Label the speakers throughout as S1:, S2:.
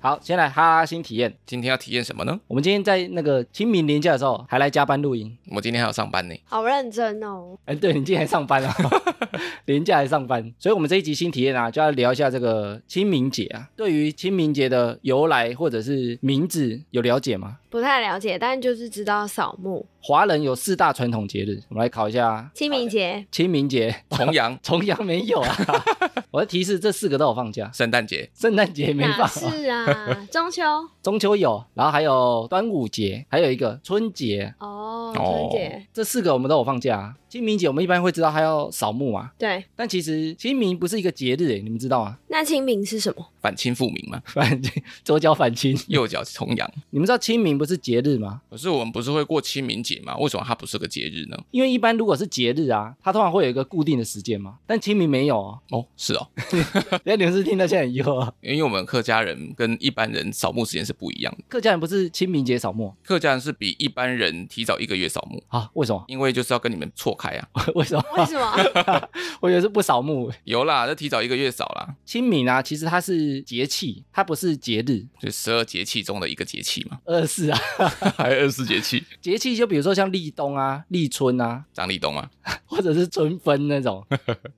S1: 好，先来哈拉新体验。
S2: 今天要体验什么呢？
S1: 我们今天在那个清明年假的时候还来加班录音。
S2: 我今天还要上班呢。
S3: 好认真哦。
S1: 哎，对，你今天还上班啊？年假还上班，所以我们这一集新体验啊，就要聊一下这个清明节啊。对于清明节的由来或者是名字有了解吗？
S3: 不太了解，但就是知道扫墓、
S1: 华人有四大传统节日，我们来考一下
S3: 清明节、
S1: 清明节。、
S2: 重阳
S1: 重阳没有啊？我的提示，这四个都有放假，
S2: 圣诞节、
S1: 圣诞节没
S3: 哪
S1: 放，
S3: 是啊？中秋
S1: 中秋有，然后还有端午节，还有一个春节，
S3: 哦，
S2: 哦
S3: 春节
S1: 这四个我们都有放假、啊。清明节我们一般会知道还要扫墓啊嘛，
S3: 对。
S1: 但其实清明不是一个节日，诶，欸你们知道吗？
S3: 那清明是什么？
S2: 反清复 明嘛，
S1: 反清，左脚反清。
S2: 右脚重阳。
S1: 你们知道清明不是节日吗？
S2: 可是我们不是会过清明节吗？为什么它不是个节日呢？
S1: 因为一般如果是节日啊，它通常会有一个固定的时间嘛，但清明没有、哦。
S2: 哦，是哦，
S1: 人家你们是听到现在很疑惑啊，
S2: 因为我们客家人跟一般人扫墓时间是不一样的。
S1: 客家人不是清明节扫墓
S2: 客家人是比一般人提早一个月扫墓，
S1: 啊？为什么？
S2: 因为就是要跟你们错开 啊。
S1: 为什么？
S3: 为什么？
S1: 我以为是不扫墓。
S2: 有啦，这提早一个月扫啦，
S1: 清明啊，其实它是节气，它不是节日。，
S2: 就十二节气中的一个节气嘛
S1: 二四啊，
S2: 还有二十四节气，
S1: 节气就比如说像立冬啊、立春啊，
S2: 张立东啊，
S1: 或者是春分那种。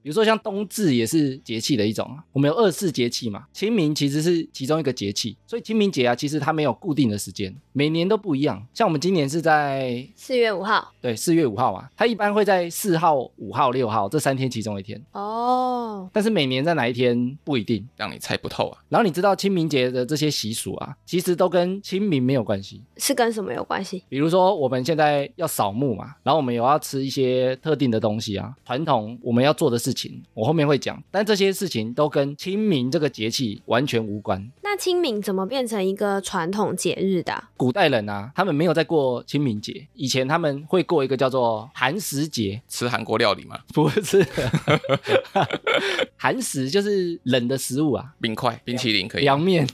S1: 比如说像冬至也是节气的一种啊。我们有二四节气嘛，清明其实是其中一个节气，所以清明节啊，其实它没有固定的时间，每年都不一样。像我们今年是在
S3: 四月五号
S1: 对，四月五号嘛，它一般会在四号、五号、六号这三天其中一天，
S3: 哦，
S1: 但是每年在哪一天不一定。
S2: 让你猜不透啊。
S1: 然后你知道清明节的这些习俗啊，其实都跟清明没有关系。
S3: 是跟什么有关系？
S1: 比如说我们现在要扫墓嘛，然后我们有要吃一些特定的东西啊，传统我们要做的事情，我后面会讲。但这些事情都跟清明这个节气完全无关。
S3: 那清明怎么变成一个传统节日的啊、
S1: 古代人啊，他们没有在过清明节，以前他们会过一个叫做寒食节，
S2: 吃韩国料理嘛，
S1: 不是， 寒食就是冷的食物啊，
S2: 冰块、冰淇淋可以吗。
S1: 凉面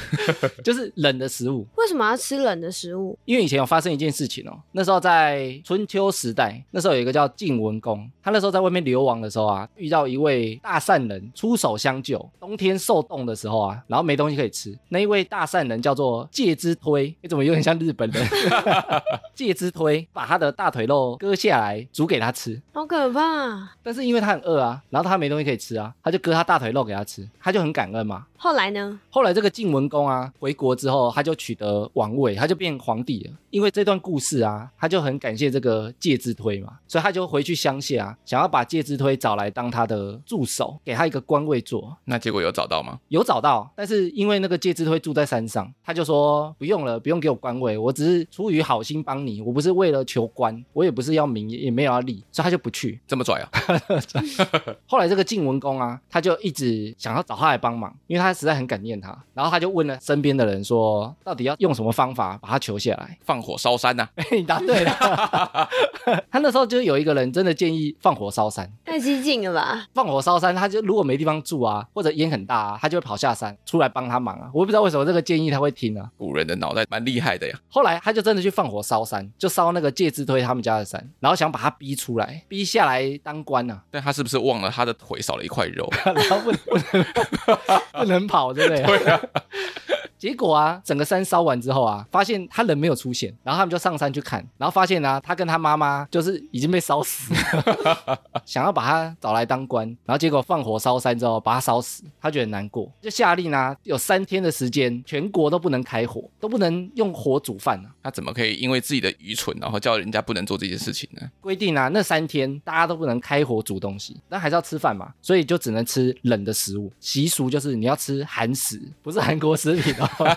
S1: 就是冷的食物。
S3: 为什么要吃冷的食物？
S1: 因为以前有发生一件事情哦，那时候在春秋时代，那时候有一个叫晋文公，他那时候在外面流亡的时候啊，遇到一位大善人出手相救。冬天受冻的时候啊，然后没东西可以吃，那一位大善人叫做介之推，你怎么有点像日本人？介之推把他的大腿肉割下来煮给他吃，
S3: 好可怕啊！
S1: 但是因为他很饿啊，然后他没东西可以吃啊，他就割他大腿肉给他吃，他就很感恩嘛。
S3: 后来呢？
S1: 后来这个晋文公啊，回国之后，他就取得王位，他就变皇帝了。因为这段故事啊，他就很感谢这个介之推嘛，所以他就回去乡下，想要把介之推找来当他的助手，给他一个官位做。
S2: 那结果有找到吗？
S1: 有找到，但是因为那个介之推住在山上，他就说不用了，不用给我官位，我只是出于好心帮你，我不是为了求官，我也不是要名，也没有要利，所以他就不去。
S2: 这么拽啊！
S1: 后来这个晋文公啊，他就一直想要找他来帮忙，因为他实在很感念他。然后他就问了身边的人说，到底要用什么方法把他求下来？
S2: 放火烧山啊 呐、
S1: 你答对了。 他那时候就有一个人真的建议放火烧山，
S3: 太激进了吧？
S1: 放火烧山，他就如果没地方住啊，或者烟很大啊，他就会跑下山出来帮他忙啊。我也不知道为什么这个建议他会听啊。
S2: 古人的脑袋蛮厉害的呀。
S1: 后来他就真的去放火烧山，就烧那个介之推他们家的山，然后想把他逼出来，逼下来当官啊，
S2: 但他是不是忘了他的腿少了一块肉？
S1: 然后不能不能不能跑，对不对？
S2: 对啊，
S1: 结果啊，整个山烧完之后啊，发现他人没有出现，然后他们就上山去看，然后发现啊，他跟他妈妈就是已经被烧死了想要把他找来当官，然后结果放火烧山之后把他烧死，他觉得很难过，就下令啊，有三天的时间，全国都不能开火，都不能用火煮饭啊。
S2: 他怎么可以因为自己的愚蠢，然后叫人家不能做这件事情呢？
S1: 规定啊，那三天大家都不能开火煮东西，但还是要吃饭嘛，所以就只能吃冷的食物。习俗就是你要吃韩食，不是韩国食品哦，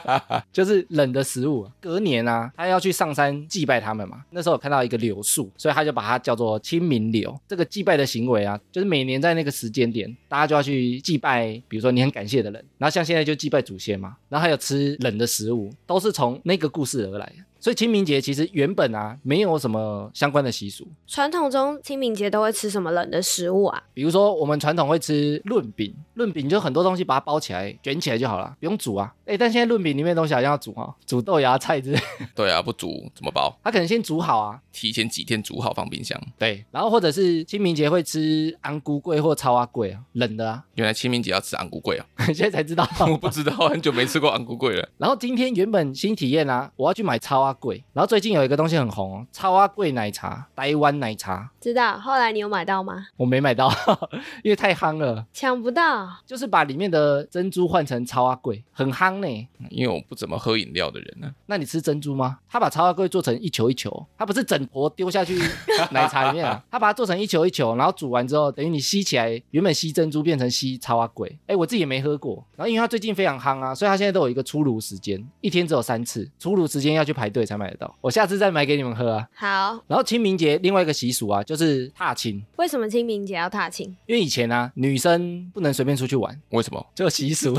S1: 就是冷的食物。隔年啊，他要去上山祭拜他们嘛。那时候有看到一个柳树，所以他就把它叫做清明柳。这个祭拜的行为啊，就是每年在那个时间点，大家就要去祭拜，比如说你很感谢的人，然后像现在就祭拜祖先嘛，然后还有吃冷的食物，都是从那个故事而来的。所以清明节其实原本啊没有什么相关的习俗，
S3: 传统中清明节都会吃什么冷的食物啊？
S1: 比如说，我们传统会吃润饼，润饼就很多东西把它包起来卷起来就好了，不用煮啊。哎、但现在润饼里面的东西好像要煮哦，煮豆芽菜之类，
S2: 对啊，不煮怎么包？
S1: 它可能先煮好啊，
S2: 提前几天煮好放冰箱。
S1: 对，然后或者是清明节会吃安菇桂或超阿桂啊，冷的啊，
S2: 原来清明节要吃昂古桂 啊！
S1: 现在才知道。
S2: 我不知道，很久没吃过昂古桂了。
S1: 然后今天原本新体验啊，我要去买超阿桂，然后最近有一个东西很红哦，超阿桂奶茶，台湾奶茶，
S3: 知道。后来你有买到吗？
S1: 我没买到， 因为太夯了，
S3: 抢不到，
S1: 就是把里面的珍珠换成超阿桂，很夯呢。
S2: 因为我不怎么喝饮料的人呢、啊
S1: 那你吃珍珠吗？他把超阿桂做成一球一球，他不是整坨丢下去 奶茶里面啊，他把它做成一球一球，然后煮完之后，等于你吸起来，原本吸珍珠变成吸超阿桂。哎，我自己也没喝过，然后因为它最近非常夯啊，所以它现在都有一个出炉时间，一天只有三次，出炉时间要去排队才买得到。我下次再买给你们喝啊。
S3: 好，
S1: 然后清明节另外一个习俗啊，就是踏青，
S3: 为什么清明节要踏青？
S1: 因为以前啊，女生不能随便出去玩，
S2: 为什么？
S1: 这个习俗，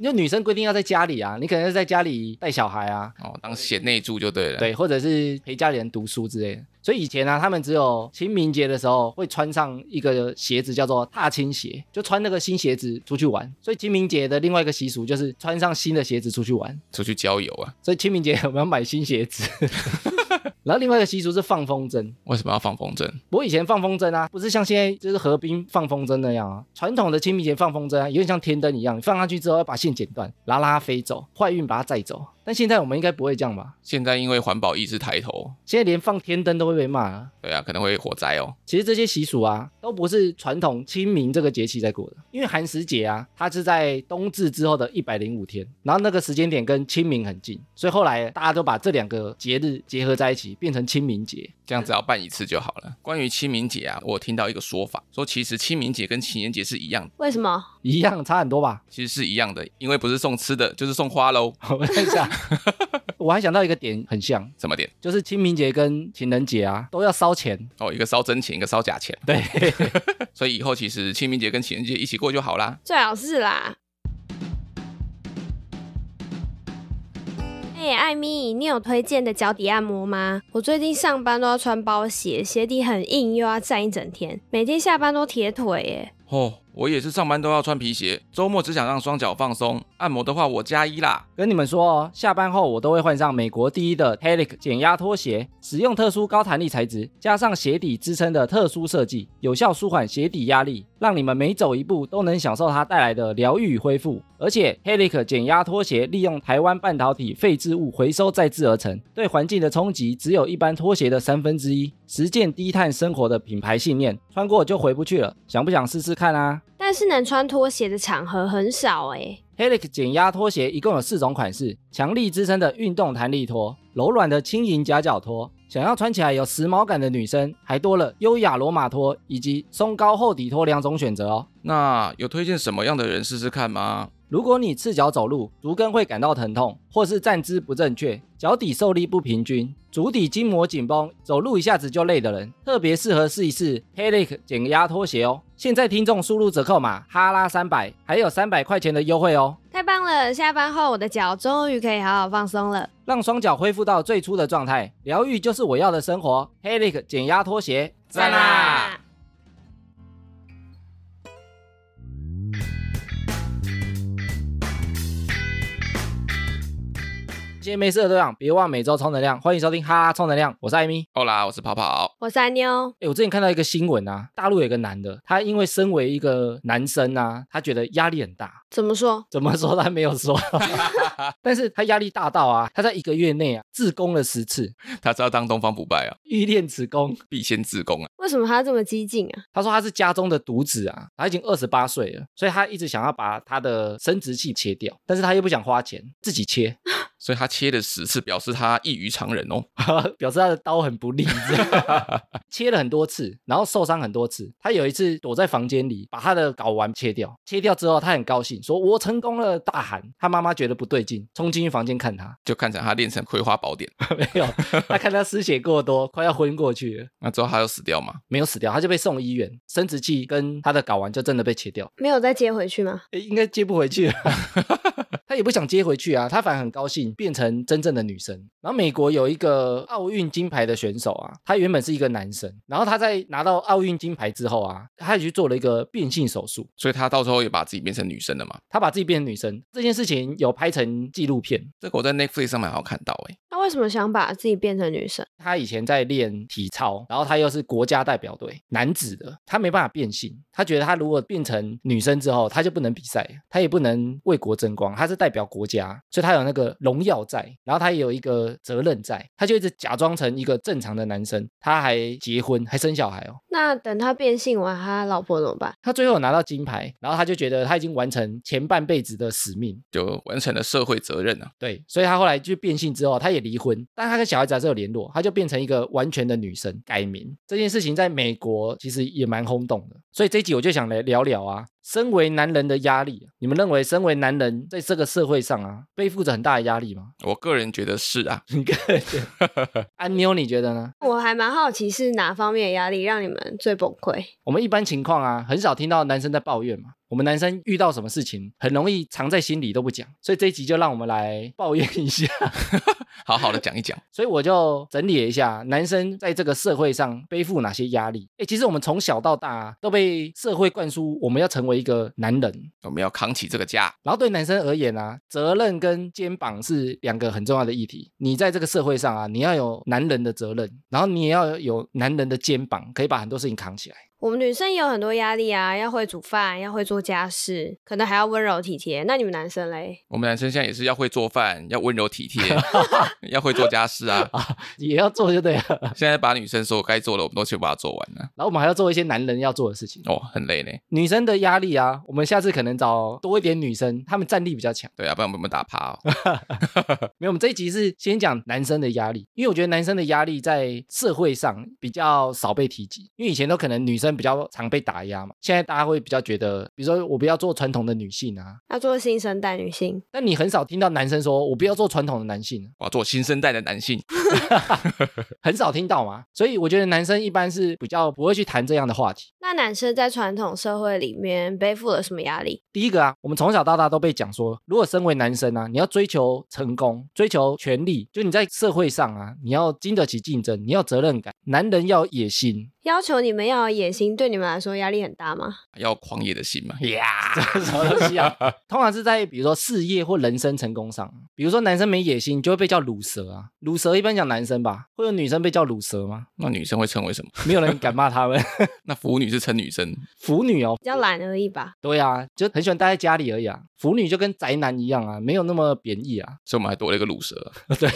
S1: 就女生规定要在家里啊，你可能是在家里带小孩啊，
S2: 哦，当贤内助就对了。，
S1: 对，或者是陪家里人读书之类的。所以以前呢、啊他们只有清明节的时候会穿上一个鞋子，叫做踏青鞋，就穿那个新鞋子出去玩。所以清明节的另外一个习俗就是穿上新的鞋子出去玩。
S2: 出去郊游啊？
S1: 所以清明节 我们要买新鞋子。 然后另外一个习俗是放风筝，
S2: 为什么要放风筝？
S1: 不过以前放风筝啊，不是像现在就是河滨放风筝那样啊。传统的清明节放风筝啊，有点像天灯一样，放上去之后要把线剪断，然后拉它飞走，坏运把它载走。但现在我们应该不会这样吧？
S2: 现在因为环保意识抬头，
S1: 现在连放天灯都会被骂啊。
S2: 对啊，可能会火灾哦。
S1: 其实这些习俗啊，都不是传统清明这个节气在过的，因为寒食节啊，它是在冬至之后的一百零五天，然后那个时间点跟清明很近，所以后来大家都把这两个节日结合在一起，变成清明节。
S2: 这样只要办一次就好了。关于清明节啊，我有听到一个说法，说其实清明节跟情人节是一样的，
S3: 为什么？
S1: 一样差很多吧？
S2: 其实是一样的，因为不是送吃的，就是送花喽。
S1: 我在想，我还想到一个点很像，
S2: 什么点？
S1: 就是清明节跟情人节啊都要烧钱，
S2: 哦，一个烧真钱，一个烧假钱。
S1: 对，
S2: 所以以后其实清明节跟情人节一起过就好啦。
S3: 最好是啦。哎、艾米，你有推荐的脚底按摩吗？我最近上班都要穿包鞋，鞋底很硬，又要站一整天，每天下班都铁腿耶。
S2: 哦，我也是上班都要穿皮鞋，周末只想让双脚放松。按摩的话，我加一啦。
S1: 跟你们说哦，下班后我都会换上美国第一的 Telic 减压拖鞋，使用特殊高弹力材质，加上鞋底支撑的特殊设计，有效舒缓鞋底压力，让你们每走一步都能享受它带来的疗愈与恢复。而且 Telic 减压拖鞋利用台湾半导体废置物回收再制而成，对环境的冲击只有一般拖鞋的三分之一。实践低碳生活的品牌信念，穿过就回不去了，想不想试试看啊？
S3: 但是能穿拖鞋的场合很少哎。
S1: Helic 减压拖鞋一共有四种款式：强力支撑的运动弹力拖，柔软的轻盈夹脚拖。想要穿起来有时髦感的女生，还多了优雅罗马拖以及松高厚底拖两种选择哦。
S2: 那有推荐什么样的人试试看吗？
S1: 如果你赤脚走路，足跟会感到疼痛，或是站姿不正确，脚底受力不平均，足底筋膜紧绷，走路一下子就累的人，特别适合试一试 Helic 减压拖鞋哦。现在听众输入折扣码哈拉三百，还有三百块钱的优惠哦。
S3: 太棒了！下班后我的脚终于可以好好放松了。
S1: 让双脚恢复到最初的状态，疗愈就是我要的生活。Helic 减压拖鞋，
S2: 赞啦！
S1: 今天没事的都养，别忘每周充能量。欢迎收听哈拉充能量，我是艾米。
S2: 好啦，我是跑跑。
S3: 我是安妞，
S1: 哎，我之前看到一个新闻啊，大陆有一个男的，他因为身为一个男生啊，他觉得压力很大。
S3: 怎么说？
S1: 怎么说他没有 说，但是他压力大到啊，他在一个月内啊自宫了十次，
S2: 他是要当东方不败啊，
S1: 欲练此功。
S2: 必先自宫啊。
S3: 为什么他这么激进啊？
S1: 他说他是家中的独子啊，他已经二十八岁了，所以他一直想要把他的生殖器切掉，但是他又不想花钱，自己切，
S2: 所以他切了十次，表示他异于常人哦。
S1: 表示他的刀很不利，这样切了很多次，然后受伤很多次。他有一次躲在房间里，把他的睾丸切掉，切掉之后他很高兴，说我成功了，大喊。他妈妈觉得不对劲，冲进去房间看他，
S2: 就看成他练成《葵花宝典》，
S1: 没有，他看他失血过多，快要昏过去了。
S2: 那之后他就死掉嘛。
S1: 没有死掉，他就被送医院，生殖器跟他的睾丸就真的被切掉，
S3: 没有再接回去吗？
S1: 诶应该接不回去了。她也不想接回去啊，她反而很高兴变成真正的女生。然后美国有一个奥运金牌的选手啊，他原本是一个男生，然后他在拿到奥运金牌之后啊，他也去做了一个变性手术，
S2: 所以他到时候也把自己变成女生了嘛。
S1: 他把自己变成女生。这件事情有拍成纪录片。
S2: 这个我在 Netflix 上面好像看到欸诶、
S3: 他为什么想把自己变成女生？
S1: 他以前在练体操，然后他又是国家代表队男子的，他没办法变性。他觉得他如果变成女生之后，他就不能比赛，他也不能为国争光，他是代表国家，所以他有那个荣耀在，然后他也有一个责任在，他就一直假装成一个正常的男生。他还结婚，还生小孩哦。
S3: 那等他变性完，他老婆怎么办？
S1: 他最后有拿到金牌，然后他就觉得他已经完成前半辈子的使命。
S2: 就完成了社会责任啊。
S1: 对，所以他后来就变性之后，他也离婚，但他跟小孩子还是有联络，他就变成一个完全的女生，改名这件事情在美国其实也蛮轰动的。所以这一集我就想来聊聊啊，身为男人的压力，你们认为身为男人在这个社会上啊，背负着很大的压力吗？
S2: 我个人觉得是啊，
S1: 你个人觉得安妞你觉得呢？
S3: 我还蛮好奇是哪方面的压力让你们最崩溃？
S1: 我们一般情况啊，很少听到男生在抱怨嘛。我们男生遇到什么事情，很容易藏在心里都不讲，所以这一集就让我们来抱怨一下。
S2: 好好的讲一讲。
S1: 所以我就整理了一下，男生在这个社会上背负哪些压力。哎，其实我们从小到大、啊、都被社会灌输，我们要成为一个男人。
S2: 我们要扛起这个家，
S1: 然后对男生而言啊，责任跟肩膀是两个很重要的议题。你在这个社会上啊，你要有男人的责任，然后你也要有男人的肩膀，可以把很多事情扛起来。
S3: 我们女生也有很多压力啊，要会煮饭，要会做家事，可能还要温柔体贴。那你们男生嘞？
S2: 我们男生现在也是要会做饭，要温柔体贴，要会做家事啊。
S1: 也要做就对了。
S2: 现在把女生所有该做的，我们都去把它做完了。
S1: 然后我们还要做一些男人要做的事情。
S2: 哦，很累呢。
S1: 女生的压力啊，我们下次可能找多一点女生，她们战力比较强。
S2: 对啊，不然我们打趴哦。
S1: 没有，我们这一集是先讲男生的压力，因为我觉得男生的压力在社会上比较少被提及，因为以前都可能女生比较常被打压嘛，现在大家会比较觉得，比如说我不要做传统的女性啊，
S3: 要做新生代女性，
S1: 但你很少听到男生说我不要做传统的男性啊，
S2: 我要做新生代的男性，
S1: 很少听到嘛，所以我觉得男生一般是比较不会去谈这样的话题。
S3: 那男生在传统社会里面背负了什么压力？
S1: 第一个啊，我们从小到大都被讲说，如果身为男生啊，你要追求成功，追求权利，就你在社会上啊，你要经得起竞争，你要责任感，男人要有野心，
S3: 要求你们要有野心，对你们来说压力很大吗？
S2: 要狂野的心嘛。呀、
S1: 什么东西啊？通常是在比如说事业或人生成功上，比如说男生没野心，就会被叫乳蛇啊。乳蛇一般讲男生吧，会有女生被叫乳蛇吗？
S2: 那女生会称为什么？
S1: 没有人敢骂他 们，
S2: 那腐女是称女生，
S1: 腐女哦
S3: 比，较懒而已吧。
S1: 对啊，就很喜欢待在家里而已啊。腐女就跟宅男一样啊，没有那么贬义啊。
S2: 所以我们还多了一个乳蛇。
S1: 对，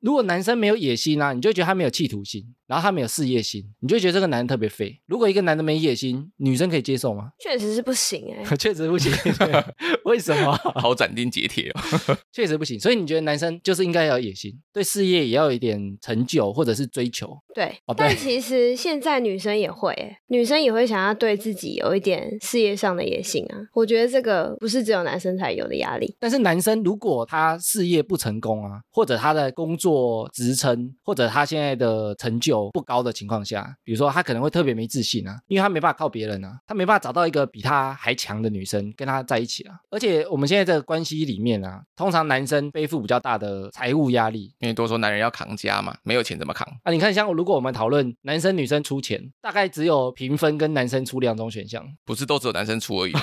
S1: 如果男生没有野心啊，你就会觉得他没有企图心，然后他没有事业心，你就会觉得这个男人特别废。如果一个男的没野心，女生可以接受吗？
S3: 确实是不行 哎、
S1: 确实不行， 为什么？
S2: 好斩钉截铁哦。
S1: 确实不行。所以你觉得男生就是应该要有野心，对事业也要有一点成就或者是追求。
S3: 对，
S1: 哦对
S3: 但其实现在女生也会、欸，女生也会想要对自己有一点事业上的野心啊。我觉得这个不是只有男生才有的压力，
S1: 但是男生如果他事业不成功啊，或者他的工作职称或者他现在的成就不高的情况下，比如说他可能会特别没自信啊，因为他没办法靠别人啊，他没办法找到一个比他还强的女生跟他在一起啊。而且我们现在这个关系里面啊，通常男生背负比较大的财务压力。
S2: 因为都说男人要扛家嘛，没有钱怎么扛？
S1: 啊，你看，像如果我们讨论男生女生出钱，大概只有平分跟男生出两种选项，
S2: 不是都只有男生出而已吗？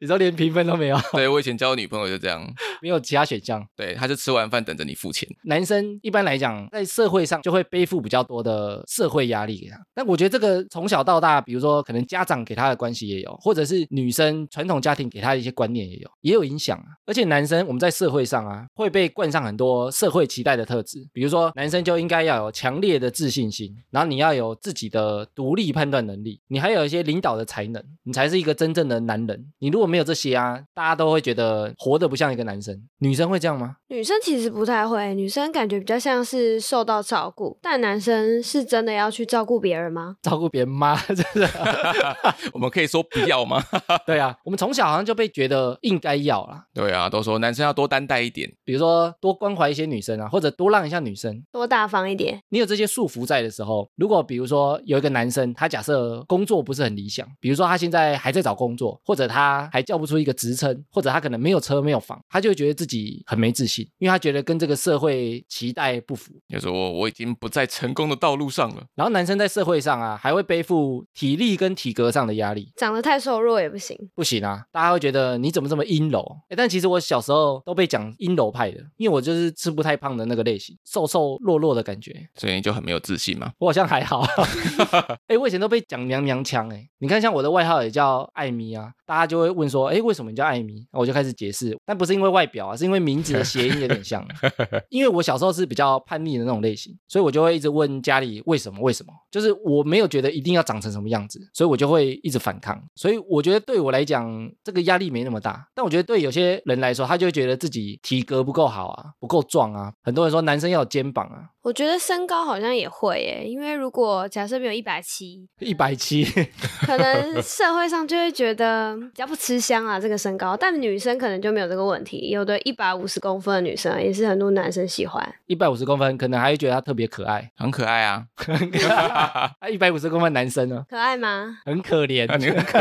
S1: 你说连平分都没有，
S2: 对我以前交的女朋友就这样，
S1: 没有其他选项。
S2: 对，她就吃完饭等着你付钱。
S1: 男生一般来讲，在社会上就会背负比较多的社会压力给他。但我觉得这个从小到大，比如说可能家长给他的关系也有，或者是女生传统家庭给他的一些观念也有，也有影响啊。而且男生我们在社会上啊，会被冠上很多社会期待的特质，比如说男生就应该要有强烈的自信心，然后你要有自己的独立判断能力，你还有一些领导的才能，你才是一个真正的男人。你如果没有这些啊，大家都会觉得活得不像一个男生。生，女生会这样吗？
S3: 女生其实不太会，女生感觉比较像是受到照顾，但男生是真的要去照顾别人吗？
S1: 照顾别人妈， 真的，
S2: 我们可以说不要吗？
S1: 对啊，我们从小好像就被觉得应该要啦，
S2: 对啊，都说男生要多担待一点，
S1: 比如说多关怀一些女生啊，或者多让一下女生。
S3: 多大方一点，
S1: 你有这些束缚在的时候，如果比如说有一个男生，他假设工作不是很理想，比如说他现在还在找工作，或者他还叫不出一个职称，或者他可能没有车没有房，他就会觉得自己很没自信，因为他觉得跟这个社会期待不符。
S2: 就是我我已经不在成功的道路上了。
S1: 然后男生在社会上啊，还会背负体力跟体格上的压力，
S3: 长得太瘦弱也不行。
S1: 不行啊！大家会觉得你怎么这么阴柔？诶但其实我小时候都被讲阴柔派的，因为我就是吃不太胖的那个类型，瘦瘦弱弱的感觉。
S2: 所以你就很没有自信嘛。
S1: 我好像还好，哎、我以前都被讲娘娘腔哎、你看，像我的外号也叫艾米啊，大家就会问说，哎、为什么你叫艾米？我就开始解释，但不是因为外表啊，是因为名字的谐音有点像。因为我小时候是比较叛逆的那种类型，所以我就会一直问家里为什么为什么，就是我没有觉得一定要长成什么样子，所以我就会一直反抗。所以我觉得对我来讲，这个压力没那么大，但我觉得对有些人来说，他就会觉得自己体格不够好啊，不够壮啊。很多人说男生要有肩膀啊，
S3: 我觉得身高好像也会耶，因为如果假设没有一百七，
S1: 一百七，
S3: 可能社会上就会觉得比较不吃香啊，这个身高。但女生可能就没有这个问题，有的一百五十公分的女生啊也是很多男生喜欢。
S1: 一百五十公分，可能还会觉得他特别可爱。
S2: 很可爱啊，
S1: 他一百五十公分男生呢、
S3: 可爱吗？
S1: 很可怜。
S2: 啊你 很可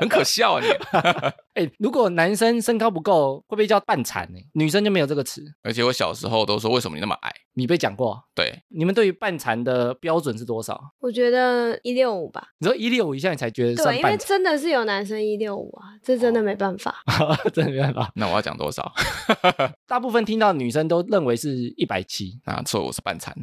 S2: 很可笑啊你。
S1: 哎、如果男生身高不够，会被叫半残呢、女生就没有这个词。
S2: 而且我小时候都说为什么你那么矮？
S1: 你被讲过？
S2: 对，
S1: 你们对于半残的标准是多少？
S3: 我觉得一六五吧，
S1: 你说一六五以下你才觉得算
S3: 对，因为
S1: 半哦残，
S3: 真的是有男生一六五啊，这真的没办法。
S1: 真的没办法。
S2: 那我要讲多少？
S1: 大部分听到女生都认为是一百七，
S2: 那错我是半残。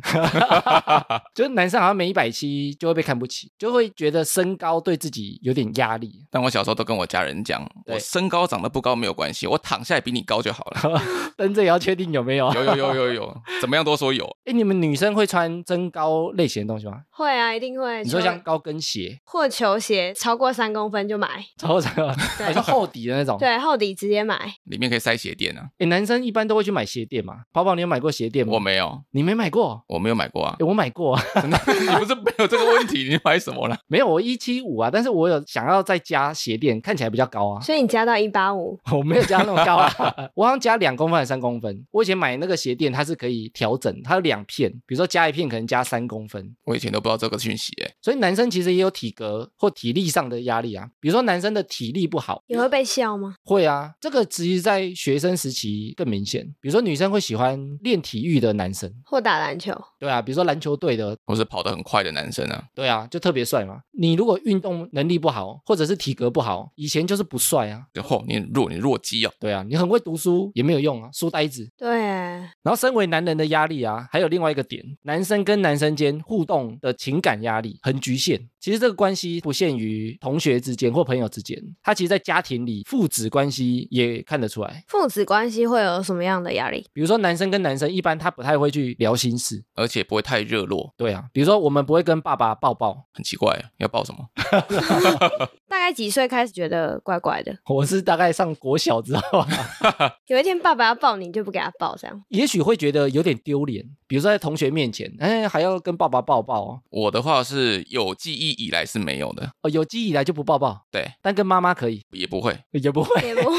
S1: 就是男生好像没一百七就会被看不起，就会觉得身高对自己有点压力。
S2: 但我小时候都跟我家人讲，
S1: 对
S2: 我身高长得不高没有关系，我躺下来比你高就好了。
S1: 但这也要确定有没有。
S2: 有有有有有，怎么样都说有。
S1: 哎，你们女生会穿增高类型的东西吗？
S3: 会啊，一定会。
S1: 你说
S3: 球
S1: 像高跟鞋，
S3: 或球鞋超过三公分就买，
S1: 超长，好像厚底的那种。
S3: 对，厚底直接买。
S2: 里面可以塞鞋垫啊。
S1: 哎，男生一般都会去买鞋垫嘛。宝宝，你有买过鞋垫吗？
S2: 我没有，
S1: 你没买过？
S2: 我没有买过啊
S1: 哎，。我买过，
S2: 真的，你不是没有这个问题，你买什么了？
S1: 没有，我一七五啊，但是我有想要再加鞋垫，看起来比较高啊。
S3: 所以你加到一八五，
S1: 我没有加那么高啊， 我好像加两公分还是三公分。我以前买那个鞋垫，它是可以调整，它有两片，比如说加一片可能加三公分。
S2: 我以前都不知道这个讯息耶。
S1: 所以男生其实也有体格或体力上的压力啊，比如说男生的体力不好，
S3: 也会被笑吗？
S1: 会啊，这个其实在学生时期更明显。比如说女生会喜欢练体育的男生，
S3: 或打篮球，
S1: 对啊，比如说篮球队的，
S2: 我是跑得很快的男生啊，
S1: 对啊，就特别帅嘛。你如果运动能力不好，或者是体格不好，以前就是不帅啊，
S2: 就吼、你很弱，你弱鸡哦。
S1: 对啊，你很会读书也没有用啊，书呆子。
S3: 对耶，
S1: 然后，身为男人的压力啊，还有另外一个点，男生跟男生间互动的情感压力很局限。其实这个关系不限于同学之间或朋友之间，他其实在家庭里父子关系也看得出来。
S3: 父子关系会有什么样的压力？
S1: 比如说，男生跟男生一般他不太会去聊心事，
S2: 而且不会太热络，
S1: 对啊。比如说，我们不会跟爸爸抱抱，
S2: 很奇怪，啊要报什么？
S3: 大概几岁开始觉得怪怪的？
S1: 我是大概上国小之后啊，
S3: 有一天爸爸要抱你，你就不给他抱，这样
S1: 也许会觉得有点丢脸。比如说在同学面前，哎，还要跟爸爸抱抱哦，
S2: 我的话是有记忆以来是没有的，
S1: 哦有记忆以来就不抱抱，
S2: 对，
S1: 但跟妈妈可以，
S2: 也不会。
S1: 也不会。
S3: 也不会。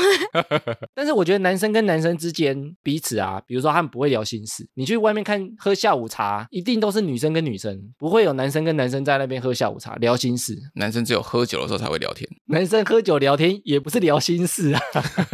S1: 但是我觉得男生跟男生之间彼此啊，比如说他们不会聊心事，你去外面看喝下午茶，一定都是女生跟女生，不会有男生跟男生在那边喝下午茶聊心事。
S2: 男生只有喝酒的时候才会聊天，
S1: 男生喝酒聊天也不是聊心事啊，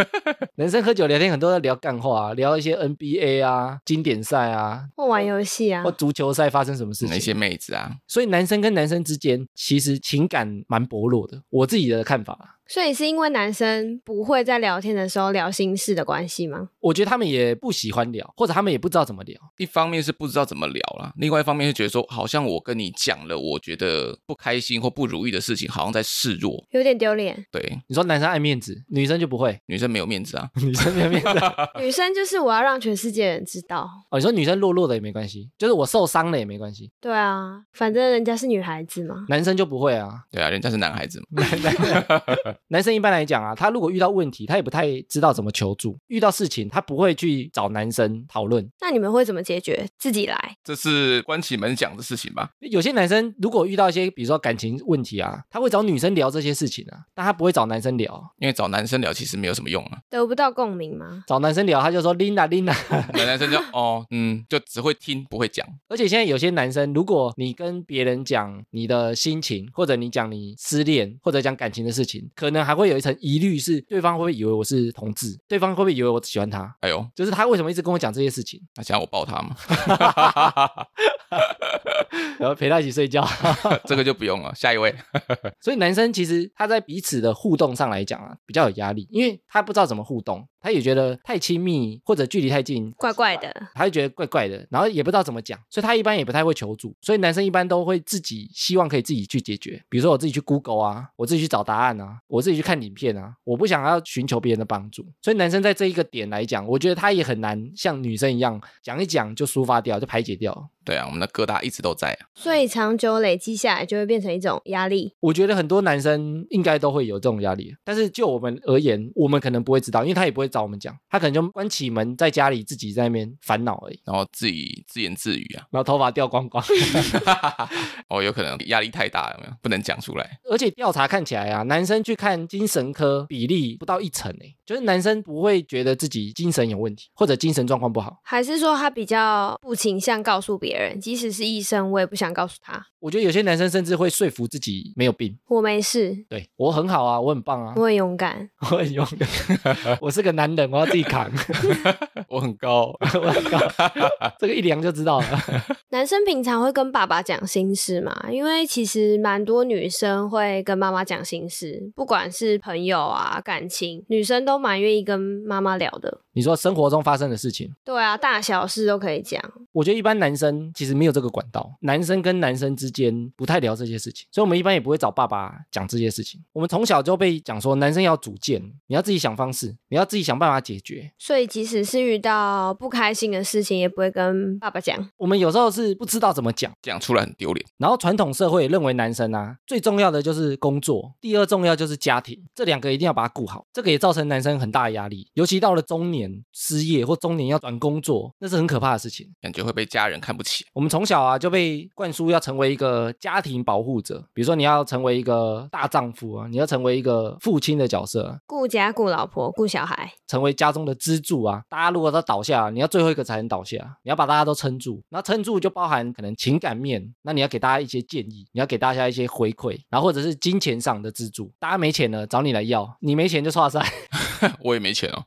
S1: 男生喝酒聊天很多在聊干话、啊，聊一些 NBA 啊、经典赛啊。
S3: 或玩游戏啊
S1: 或，足球赛发生什么事
S2: 那些
S1: 情？
S2: 妹子啊，
S1: 所以男生跟男生之间其实情感蛮薄弱的，我自己的看法啊。
S3: 所以是因为男生不会在聊天的时候聊心事的关系吗？
S1: 我觉得他们也不喜欢聊，或者他们也不知道怎么聊。
S2: 一方面是不知道怎么聊啦，另外一方面是觉得说，好像我跟你讲了，我觉得不开心或不如意的事情，好像在示弱。
S3: 有点 丢脸。
S2: 对，
S1: 你说男生爱面子，女生就不会，
S2: 女生没有面子啊，
S1: 女生没有面子。
S3: 女生就是我要让全世界人知道，
S1: 哦，你说女生弱弱的也没关系，就是我受伤了也没关系，
S3: 对啊，反正人家是女孩子嘛。
S1: 男生就不会啊。
S2: 对啊，人家是男孩子嘛。
S1: 男生一般来讲啊，他如果遇到问题，他也不太知道怎么求助，遇到事情他不会去找男生讨论。
S3: 那你们会怎么解决？自己来，
S2: 这是关起门讲的事情吧？
S1: 有些男生如果遇到一些比如说感情问题啊，他会找女生聊这些事情啊，但他不会找男生聊。
S2: 因为找男生聊其实没有什么用啊，
S3: 得不到共鸣吗？
S1: 找男生聊，他就说 Lina Lina。
S2: 男男生就哦嗯，就只会听不会讲。
S1: 而且现在有些男生，如果你跟别人讲你的心情，或者你讲你失恋，或者讲感情的事情，可能还会有一层疑虑，是对方会不会以为我是同志？对方会不会以为我喜欢他？
S2: 哎呦，
S1: 就是他为什么一直跟我讲这些事情？
S2: 那想要我抱他吗？
S1: 然后陪他一起睡觉。
S2: 这个就不用了，下一位。
S1: 所以男生其实他在彼此的互动上来讲啊，比较有压力，因为他不知道怎么互动，他也觉得太亲密或者距离太近，
S3: 怪怪的，
S1: 他就觉得怪怪的，然后也不知道怎么讲，所以他一般也不太会求助，所以男生一般都会自己希望可以自己去解决，比如说我自己去 Google 啊，我自己去找答案啊，我自己去看影片啊，我不想要寻求别人的帮助，所以男生在这一个点来讲，我觉得他也很难像女生一样讲一讲就抒发掉，就排解掉。
S2: 对啊，我们的疙瘩一直都在啊。
S3: 所以长久累积下来就会变成一种压力。
S1: 我觉得很多男生应该都会有这种压力，但是就我们而言，我们可能不会知道，因为他也不会找我们讲，他可能就关起门在家里自己在那边烦恼而已，
S2: 然后自己自言自语啊，
S1: 然后头发掉光光。
S2: 哦，有可能压力太大，有没有？不能讲出来。
S1: 而且调查看起来啊，男生去看精神科比例不到一成诶，就是男生不会觉得自己精神有问题或者精神状况不好。
S3: 还是说他比较不倾向告诉别人，即使是医生，我也不想告诉他，
S1: 我觉得有些男生甚至会说服自己没有病，
S3: 我没事，
S1: 对我很好啊，我很棒啊，
S3: 我很勇敢。
S1: 我很勇敢， 我是个男人，我要自己扛，
S2: 我很高，
S1: 我很高，这个一量就知道了。
S3: 男生平常会跟爸爸讲心事嘛？因为其实蛮多女生会跟妈妈讲心事，不管是朋友啊、感情，女生都蛮愿意跟妈妈聊的。
S1: 你说生活中发生的事情，
S3: 对啊，大小事都可以讲。
S1: 我觉得一般男生其实没有这个管道，男生跟男生之间不太聊这些事情，所以我们一般也不会找爸爸讲这些事情。我们从小就被讲说，男生要主见，你要自己想方式，你要自己想办法解决。
S3: 所以即使是遇到不开心的事情，也不会跟爸爸讲。
S1: 我们有时候是不知道怎么讲，
S2: 讲出来很丢脸。
S1: 然后传统社会也认为男生啊，最重要的就是工作，第二重要就是家庭，这两个一定要把它顾好。这个也造成男生很大的压力，尤其到了中年失业或中年要转工作，那是很可怕的事情。
S2: 感觉会被家人看不起。
S1: 我们从小啊就被灌输要成为一个家庭保护者，比如说你要成为一个大丈夫啊，你要成为一个父亲的角色啊、
S3: 顾家、顾老婆、顾小孩，
S1: 成为家中的支柱啊。大家如果都倒下，你要最后一个才能倒下，你要把大家都撑住。那撑住就包含可能情感面，那你要给大家一些建议，你要给大家一些回馈，然后或者是金钱上的支柱。大家没钱了找你来要，你没钱就刷塞。
S2: 我也没钱哦，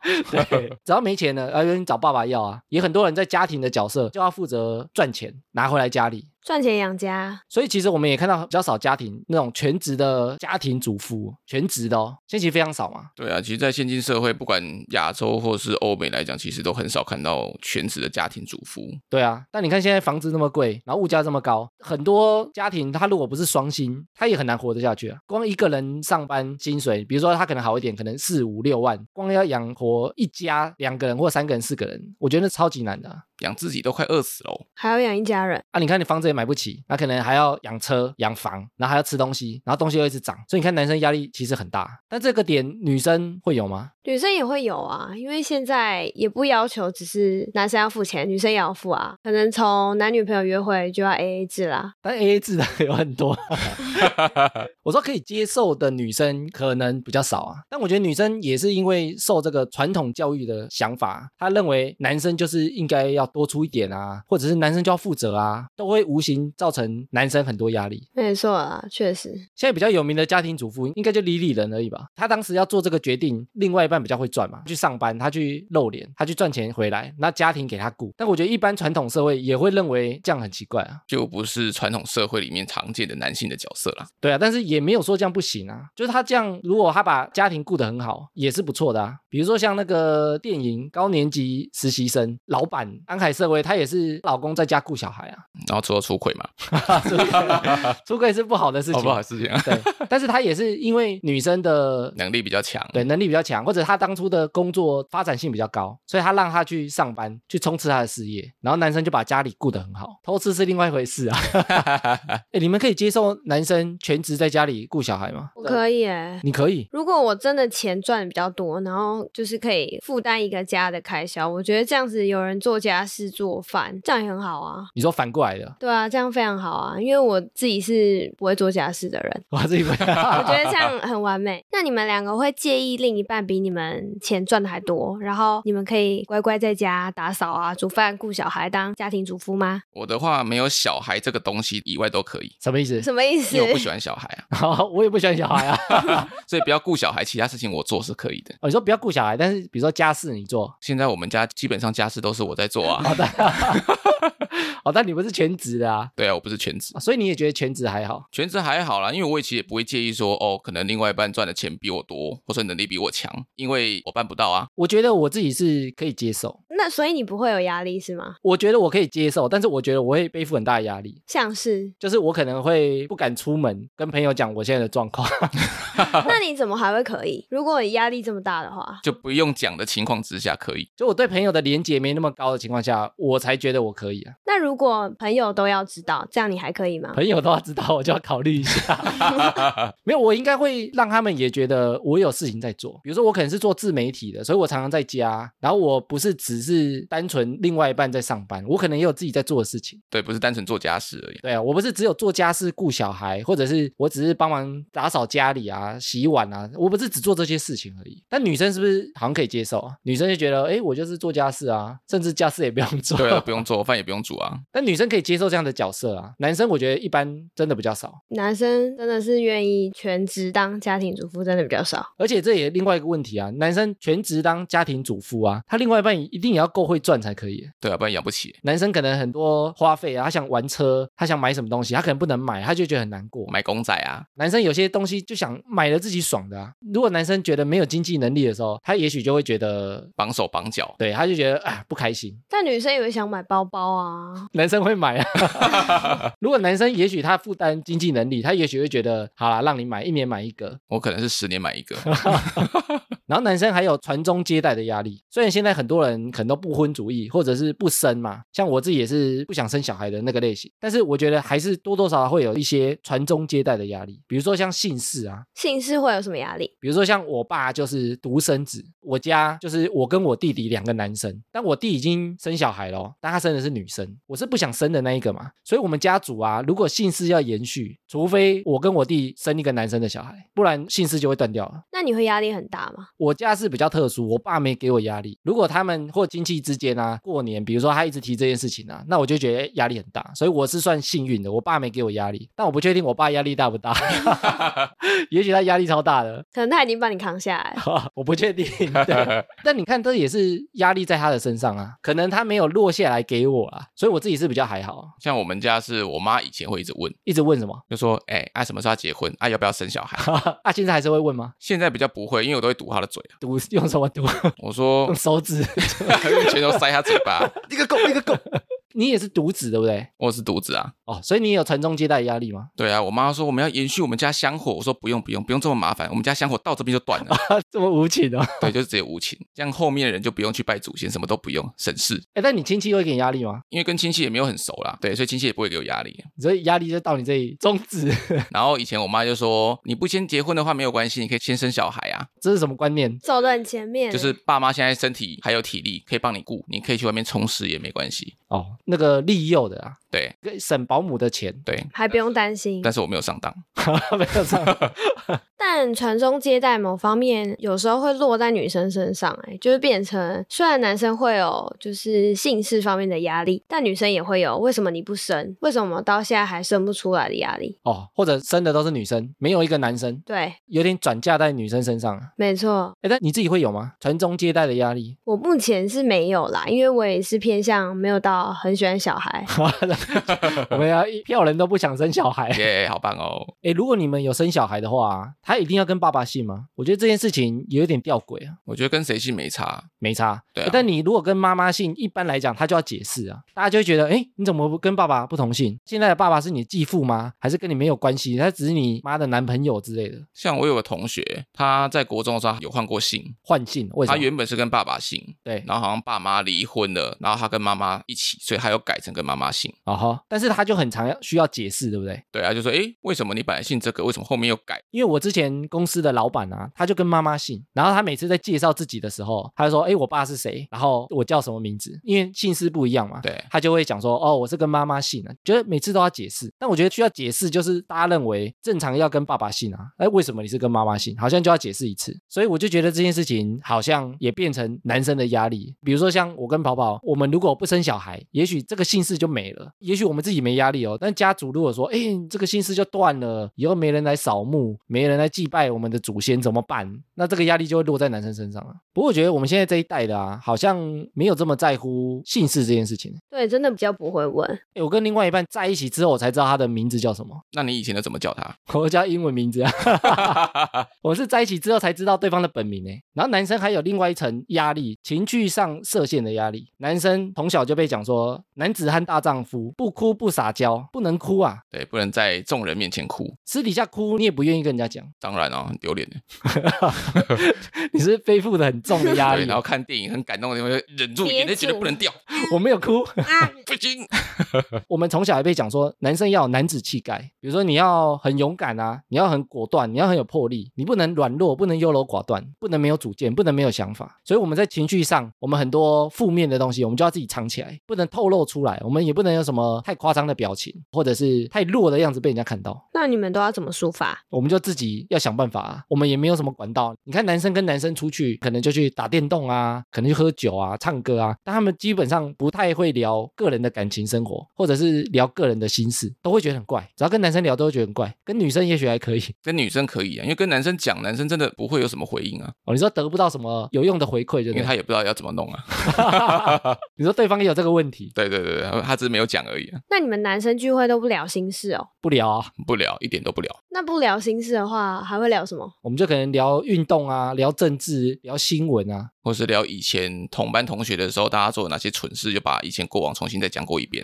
S1: 对，只要没钱了，啊，有人找爸爸要啊。也很多人在家庭的角色就要负责赚钱，拿回来家里。
S3: 赚钱养家，
S1: 所以其实我们也看到比较少家庭那种全职的家庭主妇，全职的哦，现在其实非常少嘛。
S2: 对啊，其实，在现今社会，不管亚洲或是欧美来讲，其实都很少看到全职的家庭主妇。
S1: 对啊，但你看现在房子那么贵，然后物价这么高，很多家庭他如果不是双薪，他也很难活得下去啊。光一个人上班薪水，比如说他可能好一点，可能四五六万，光要养活一家两个人或三个人、四个人，我觉得那超级难的啊。
S2: 养自己都快饿死了哦、
S3: 还要养一家人，
S1: 啊，你看你房子也买不起，那可能还要养车、养房，然后还要吃东西，然后东西又一直涨，所以你看男生压力其实很大。但这个点女生会有吗？
S3: 女生也会有啊，因为现在也不要求只是男生要付钱，女生也要付啊。可能从男女朋友约会就要 A A 制啦，
S1: 但 A A 制的 有很多，我说可以接受的女生可能比较少啊。但我觉得女生也是因为受这个传统教育的想法，她认为男生就是应该要多出一点啊，或者是男生就要负责啊，都会无形造成男生很多压力。
S3: 没错啊，确实。
S1: 现在比较有名的家庭主妇，应该就李李人而已吧。她当时要做这个决定，另外一半比较会赚嘛，去上班，她去露脸，她去赚钱回来，那家庭给她顾。但我觉得一般传统社会也会认为这样很奇怪啊，
S2: 就不是传统社会里面常见的男性的角色啦。
S1: 对啊，但是也没有说这样不行啊。就是她这样，如果她把家庭顾得很好，也是不错的啊。比如说像那个电影《高年级实习生》，老板安海瑟薇，她也是老公在家顾小孩啊。啊
S2: 然后之后出轨嘛，
S1: 出轨是不好的事
S2: 好
S1: 情
S2: 不，好事情啊？
S1: 对，但是他也是因为女生的
S2: 能力比较强，
S1: 对能力比较强，或者他当初的工作发展性比较高，所以他让他去上班去冲刺他的事业，然后男生就把家里顾得很好，偷吃是另外一回事 啊。哎，你们可以接受男生全职在家里顾小孩吗？啊
S3: 我可以哎、
S1: 你可以。
S3: 如果我真的钱赚的比较多，然后就是可以负担一个家的开销，我觉得这样子有人做家事做饭，这样也很好啊。
S1: 你说反过来的，
S3: 对啊，这样非常好啊，因为我自己是不会做家事的人，
S1: 我自己
S3: 我觉得这样很完美。那你们两个会介意另一半比你们钱赚的还多，然后你们可以乖乖在家打扫啊、煮饭、顾小孩、当家庭主妇吗？
S2: 我的话没有小孩这个东西以外都可以，
S1: 什么意思？
S3: 什么意思
S2: 因为？我不喜欢小孩 啊，
S1: 好，我也不喜欢小孩啊。
S2: 所以不要顾小孩，其他事情我做是可以的。
S1: 哦，你说不要顾小孩，但是比如说家事你做，
S2: 现在我们家基本上家事都是我在做啊，
S1: 哦，但你不是全职的啊，
S2: 对啊，我不是全职
S1: 啊，所以你也觉得全职还好。
S2: 全职还好啦，因为我其实也不会介意说，哦，可能另外一半赚的钱比我多，或者能力比我强，因为我办不到啊。
S1: 我觉得我自己是可以接受，
S3: 那所以你不会有压力是吗？
S1: 我觉得我可以接受，但是我觉得我会背负很大的压力，
S3: 像是，
S1: 就是我可能会不敢出门，跟朋友讲我现在的状况。
S3: 那你怎么还会可以？如果你压力这么大的话，
S2: 就不用讲的情况之下，可以。
S1: 就我对朋友的连接没那么高的情况下，我才觉得我可以啊。
S3: 那如果朋友都要知道，这样你还可以吗？
S1: 朋友都要知道，我就要考虑一下。 没有，我应该会让他们也觉得我有事情在做。比如说，我可能是做自媒体的，所以我常常在家，然后我不是只是单纯另外一半在上班，我可能也有自己在做的事情。
S2: 对，不是单纯做家事 而已。
S1: 对啊，我不是只有做家事、顾小孩，或者是我只是帮忙打扫家里啊、洗碗啊，我不是只做这些事情而已。但女生是不是好像可以接受啊？女生就觉得，哎，我就是做家事啊，甚至家事也不用做。
S2: 对啊，不用做饭也不用煮啊。
S1: 但女生可以接受这样的角色啊，男生我觉得一般真的比较少。
S3: 男生真的是愿意全职当家庭主妇，真的比较少。
S1: 而且这也另外一个问题啊，男生全职当家庭主妇啊，他另外一半一定也要够会赚才可以。
S2: 对啊，不然养不起。
S1: 男生可能很多花费啊，他想玩车，他想买什么东西，他可能不能买，他就觉得很难过。
S2: 买公仔啊，
S1: 男生有些东西就想买了自己爽的啊。如果男生觉得没有经济能力的时候，他也许就会觉得，
S2: 绑手绑脚。
S1: 对，他就觉得啊不开心。
S3: 但女生也会想买包包啊，
S1: 男生会买啊。如果男生也许他负担经济能力，他也许会觉得，好啦，让你买一年买一个，
S2: 我可能是十年买一个，
S1: 然后男生还有传宗接代的压力，虽然现在很多人可能都不婚主义或者是不生嘛，像我自己也是不想生小孩的那个类型，但是我觉得还是多多少少会有一些传宗接代的压力，比如说像姓氏啊，
S3: 姓氏会有什么压力？
S1: 比如说像我爸就是独生子，我家就是我跟我弟弟两个男生，但我弟已经生小孩了哦，但他生的是女生，我是不想生的那一个嘛，所以我们家族啊，如果姓氏要延续，除非我跟我弟生一个男生的小孩，不然姓氏就会断掉了。
S3: 那你会压力很大吗？
S1: 我家是比较特殊，我爸没给我压力。如果他们或亲戚之间啊，过年，比如说他一直提这件事情啊，那我就觉得压力很大。所以我是算幸运的，我爸没给我压力，但我不确定我爸压力大不 大，也许他压力超大的，
S3: 可能他已经帮你扛下来了。
S1: 我不确定。 对，但你看，这也是压力在他的身上啊，可能他没有落下来给我啊，所以我自己是比较还好。
S2: 像我们家是我妈以前会一直问，
S1: 一直问什么
S2: 就说，哎、啊什么时候要结婚？啊要不要生小孩？
S1: 啊？现在还是会问吗？
S2: 现在比较不会，因为我都会堵她的嘴啊。
S1: 读用什么读？
S2: 我说
S1: 用手指？
S2: 用拳头塞她嘴巴，
S1: 一个够，一个够。你也是独子对不对？
S2: 我是独子啊。
S1: 哦，所以你也有传宗接代的压力吗？
S2: 对啊，我妈说我们要延续我们家香火，我说不用不用不用这么麻烦，我们家香火到这边就断了。
S1: 这么无情哦！
S2: 对，就是直接无情，这样后面的人就不用去拜祖先，什么都不用，省事。
S1: 哎，但你亲戚会给你压力吗？
S2: 因为跟亲戚也没有很熟啦，对，所以亲戚也不会给我压力。
S1: 所以压力就到你这里终止，
S2: 然后以前我妈就说，你不先结婚的话没有关系，你可以先生小孩啊，
S1: 这是什么观念？
S3: 走得很前面，
S2: 就是爸妈现在身体还有体力可以帮你顾，你可以去外面充实也没关系。
S1: 哦，那个利诱的啊，
S2: 对
S1: 跟省保姆的钱
S2: 对，
S3: 还不用担心。
S2: 但是我没有上当，
S1: 没有上，
S3: 但传宗接代某方面有时候会落在女生身上、欸，哎，就是变成虽然男生会有就是姓氏方面的压力，但女生也会有为什么你不生，为什么到现在还生不出来的压力。
S1: 哦，或者生的都是女生，没有一个男生，
S3: 对，
S1: 有点转嫁在女生身上啊。
S3: 没错，
S1: 哎，但你自己会有吗？传宗接代的压力，。
S3: 我目前是没有啦，因为我也是偏向没有到很喜欢小孩
S1: 我们要一票人都不想生小孩。
S2: 耶、好棒哦！
S1: 哎，如果你们有生小孩的话啊，他一定要跟爸爸姓吗？我觉得这件事情有点吊诡啊。
S2: 我觉得跟谁姓没差，
S1: 没差，
S2: 对啊
S1: 但你如果跟妈妈姓，一般来讲他就要解释啊，大家就会觉得，哎，你怎么不跟爸爸不同姓？现在的爸爸是你继父吗？还是跟你没有关系？他只是你妈的男朋友之类的，
S2: 像我有个同学，他在国中的时候有换过姓，
S1: 换姓？为什
S2: 他
S1: 么？
S2: 原本是跟爸爸姓，
S1: 对，
S2: 然后好像爸妈离婚了，然后他跟妈妈一起，所以他又改成跟妈妈姓。
S1: 哦吼，但是他就很常要需要解释，对不对？
S2: 对啊，就说诶，为什么你本来姓这个，为什么后面又改？
S1: 因为我之前公司的老板啊，他就跟妈妈姓，然后他每次在介绍自己的时候，他就说：“哎，我爸是谁？然后我叫什么名字？”因为姓氏不一样嘛，
S2: 对
S1: 他就会讲说：“哦，我是跟妈妈姓啊。”觉得每次都要解释，但我觉得需要解释就是大家认为正常要跟爸爸姓啊，哎，为什么你是跟妈妈姓？好像就要解释一次，所以我就觉得这件事情好像也变成男生的压力。比如说像我跟跑跑，我们如果不生小孩，也许这个姓氏就没了，也许我们自己没压力哦，但家族如果说，哎，你这个姓氏就断了，以后没人来扫墓，没人来祭拜我们的祖先，怎么办？那这个压力就会落在男生身上了。不过我觉得我们现在这一代的啊，好像没有这么在乎姓氏这件事情。
S3: 对，真的比较不会问。
S1: 欸，我跟另外一半在一起之后，我才知道他的名字叫什么，
S2: 那你以前都怎么叫他？
S1: 我叫英文名字啊。 我是在一起之后才知道对方的本名诶。然后男生还有另外一层压力，情绪上射线的压力。男生从小就被讲说，男子汉大丈夫，不哭不撒娇，不能哭啊，
S2: 对，不能在众人面前哭，
S1: 私底下哭你也不愿意跟人家讲，
S2: 当然啊，很丢脸的。
S1: 你是背负的很重的压
S2: 对，
S1: 力
S2: 然。后看电影很感动的地方，就忍住眼泪，
S3: 憋
S2: 绝对
S3: 住
S2: 不能掉，
S1: 我没有哭，
S2: 不行。
S1: 我们从小也被讲说，男生要有男子气概，比如说你要很勇敢啊，你要很果断，你要很有魄力，你不能软弱，不能优柔寡断，不能没有主见，不能没有想法。所以我们在情绪上，我们很多负面的东西，我们就要自己藏起来，不能透露出来，我们也不能有什么太夸张的表情，或者是太弱的样子被人家看到。
S3: 那你们都要怎么抒发？
S1: 我们就自己要想办法、啊，我们也没有什么管道。你看男生跟男生出去，可能就去打电动啊，可能去喝酒啊、唱歌啊，但他们基本上不太会聊个人的感情生活，或者是聊个人的心事，都会觉得很怪。只要跟男生聊，都会觉得很怪。跟女生也许还可以
S2: 跟女生可以啊，因为跟男生讲，男生真的不会有什么回应啊，
S1: 哦，你说得不到什么有用的回馈，对
S2: 因
S1: 不
S2: 为他
S1: 对？
S2: 也不知道要怎么弄啊。
S1: 你说对方也有这个问题，
S2: 对对对对，他只是没有讲而已、啊，
S3: 那你们男生聚会都不聊心事哦？
S1: 不聊啊。
S2: 不聊，一点都不聊。
S3: 那不聊心事的话，还会聊什么？
S1: 我们就可能聊运动啊，聊政治，聊新闻啊。
S2: 或是聊以前同班同学的时候，大家做了哪些蠢事，就把以前过往重新再讲过一 遍。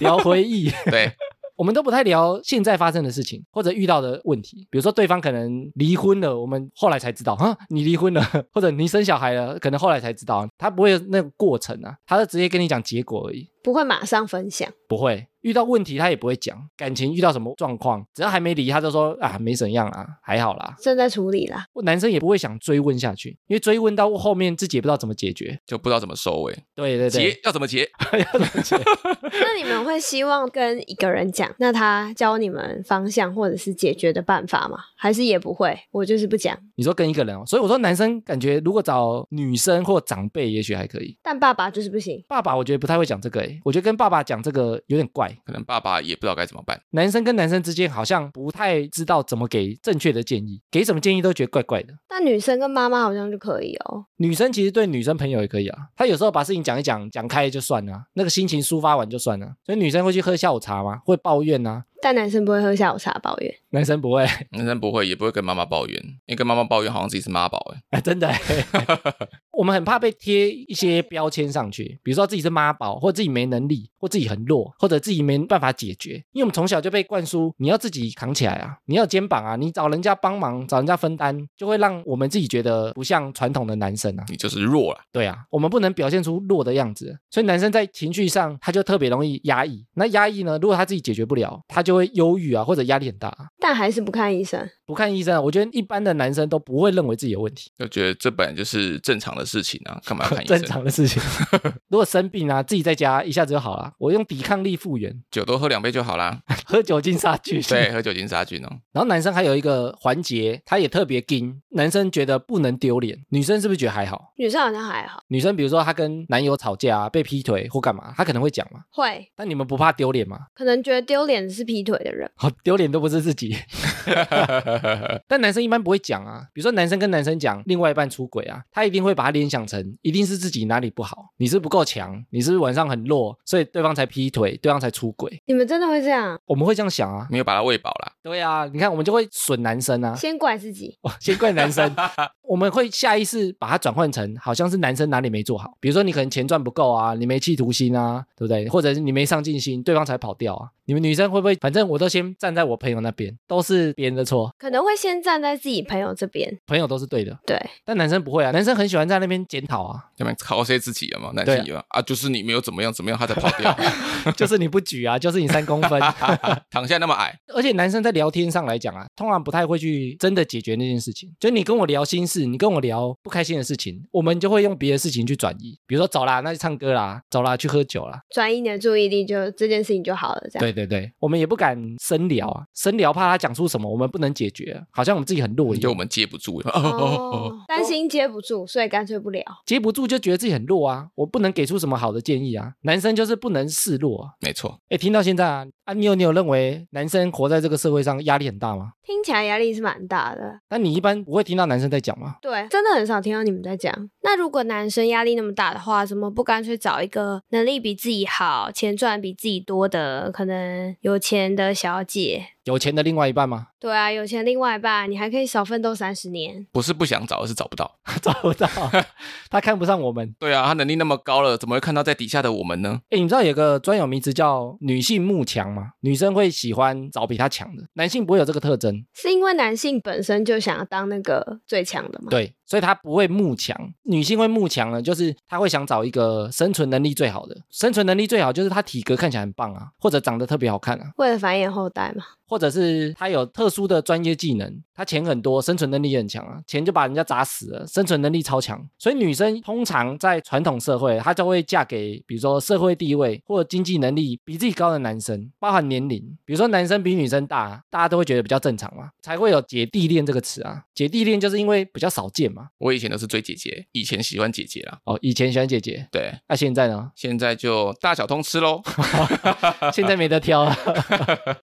S1: 聊回忆，
S2: 对，
S1: 我们都不太聊现在发生的事情或者遇到的问题，比如说对方可能离婚了，我们后来才知道，哈，你离婚了， 或者你生小孩了，可能后来才知道，他不会有那个过程啊，他就直接跟你讲结果而已，
S3: 不会马上分享。
S1: 不会遇到问题他也不会讲，感情遇到什么状况，只要还没离，他就说啊没怎样啊，还好啦。
S3: 正在处理啦。
S1: 男生也不会想追问下去，因为追问到后面自己也不知道怎么解决。
S2: 就不知道怎么收尾，
S1: 对对对，
S2: 结要怎么结？
S1: 要怎么解
S3: 那你们会希望跟一个人讲，那他教你们方向或者是解决的办法吗？还是也不会？我就是不讲。
S1: 你说跟一个人哦，所以我说男生感觉如果找女生或长辈，也许还可以。
S3: 但爸爸就是不行。
S1: 爸爸我觉得不太会讲这个诶，我觉得跟爸爸讲这个有点怪。
S2: 可能爸爸也不知道该怎么办。
S1: 男生跟男生之间好像不太知道怎么给正确的建议，给什么建议都觉得怪怪的。
S3: 但女生跟妈妈好像就可以哦。
S1: 女生其实对女生朋友也可以啊，她有时候把事情讲一讲，讲开就算了、啊那个心情抒发完就算了。啊所以女生会去喝下午茶吗？会抱怨啊？
S3: 但男生不会喝下午茶抱怨，
S1: 男生不会，
S2: 男生不会，也不会跟妈妈抱怨，因为跟妈妈抱怨好像自己是妈宝哎。
S1: 真的诶。 我们很怕被贴一些标签上去，比如说自己是妈宝，或自己没能力，或自己很弱，或者自己没办法解决。因为我们从小就被灌输，你要自己扛起来啊，你要有肩膀啊，你找人家帮忙，找人家分担，就会让我们自己觉得不像传统的男生啊。
S2: 你就是弱了，
S1: 对啊，我们不能表现出弱的样子，所以男生在情绪上他就特别容易压抑。那压抑呢，如果他自己解决不了，他就会忧郁啊，或者压力很大、啊。
S3: 但还是不看医生。
S1: 不看医生啊，我觉得一般的男生都不会认为自己有问题，
S2: 就觉得这本来就是正常的事情啊，干嘛要看 医
S1: 正
S2: 生？
S1: 常的事情。如果生病啊，自己在家一下子就好了。我用抵抗力复原，
S2: 酒多喝两杯就好 啦。
S1: 喝酒精杀菌。
S2: 对，喝酒精杀菌哦。
S1: 然后男生还有一个环节，他也特别硬，男生觉得不能丢脸，女生是不是觉得还好？
S3: 女生好像还好，
S1: 女生比如说她跟男友吵架、啊、被劈腿或干嘛，她可能会讲嘛。
S3: 会
S1: 但你们不怕丢脸吗？
S3: 可能觉得丢脸的是劈腿的人。
S1: 好丢脸都不是自己， 理。但男生一般不会讲啊，比如说男生跟男生讲另外一半出轨啊，他一定会把它联想成一定是自己哪里不好，你是不够强，你是不是晚上很弱，所以对方才劈腿，对方才出轨。
S3: 你们真的会这样？
S1: 我们会这样想啊，
S2: 没有把它喂饱啦。
S1: 对啊，你看我们就会损男生啊，
S3: 先怪自己，
S1: 先怪男生，我们会下意识把它转换成好像是男生哪里没做好，比如说你可能钱赚不够啊，你没企图心啊，对不对？或者是你没上进心，对方才跑掉啊。你们女生会不会？反正我都先站在我朋友那边，都是别人的错，
S3: 可能会先站在自己朋友这边。
S1: 朋友都是对的。
S3: 对，
S1: 但男生不会啊，男生很喜欢在那边检讨啊，
S2: 要不然考些自己有没有？男性有没有啊？就是你没有怎么样怎么样，他才跑 掉，
S1: 就是你不举啊，就是你三公分。
S2: 躺下那么矮，
S1: 而且男生在聊天上来讲啊，通常不太会去真的解决那件事情。就你跟我聊心事，你跟我聊不开心的事情，我们就会用别的事情去转移，比如说走啦，那去唱歌啦，走啦，去喝酒啦。
S3: 转移你的注意力就，这件事情就好了。这样，
S1: 对对对，我们也不敢深聊啊，深聊怕他讲出什么我们不能解决，啊好像我们自己很弱一
S2: 就
S1: 样
S2: 我，们接不住。哦哦
S3: 哦，担心接不住，所以干脆不聊。
S1: 接不住就觉得自己很弱啊，我不能给出什么好的建议啊。男生就是不能示弱啊。
S2: 没错，
S1: 哎，听到现在啊，啊，你有你有认为男生活在这个社会上压力很大吗？
S3: 听起来压力是蛮大的。
S1: 但你一般不会听到男生在讲吗？
S3: 对，真的很少听到你们在讲。那如果男生压力那么大的话，怎么不干脆找一个能力比自己好、钱赚比自己多的，可能有钱的小姐？
S1: 有钱的另外一半吗？
S3: 对啊，有钱另外一半，你还可以少奋斗三十年。
S2: 不是不想找，而是找不到。
S1: 找不到，他看不上我们。
S2: 对啊，他能力那么高了，怎么会看到在底下的我们呢？
S1: 哎，你知道有个专有名词叫女性慕强吗？女生会喜欢找比她强的，男性不会有这个特征。
S3: 是因为男性本身就想要当那个最强的吗？
S1: 对，所以她不会慕强，女性会慕强呢，就是她会想找一个生存能力最好的。生存能力最好就是她体格看起来很棒啊，或者长得特别好看啊，
S3: 为了繁衍后代嘛。
S1: 或者是她有特殊的专业技能，她钱很多，生存能力也很强啊，钱就把人家砸死了，生存能力超强。所以女生通常在传统社会，她就会嫁给比如说社会地位或经济能力比自己高的男生，包含年龄，比如说男生比女生大，大家都会觉得比较正常嘛，才会有姐弟恋这个词啊。姐弟恋就是因为比较少见嘛。
S2: 我以前都是追姐姐，以前喜欢姐姐啦。
S1: 哦，以前喜欢姐姐，
S2: 对，？
S1: 那、现在呢
S2: 现在就大小通吃喽。
S1: 现在没得挑了。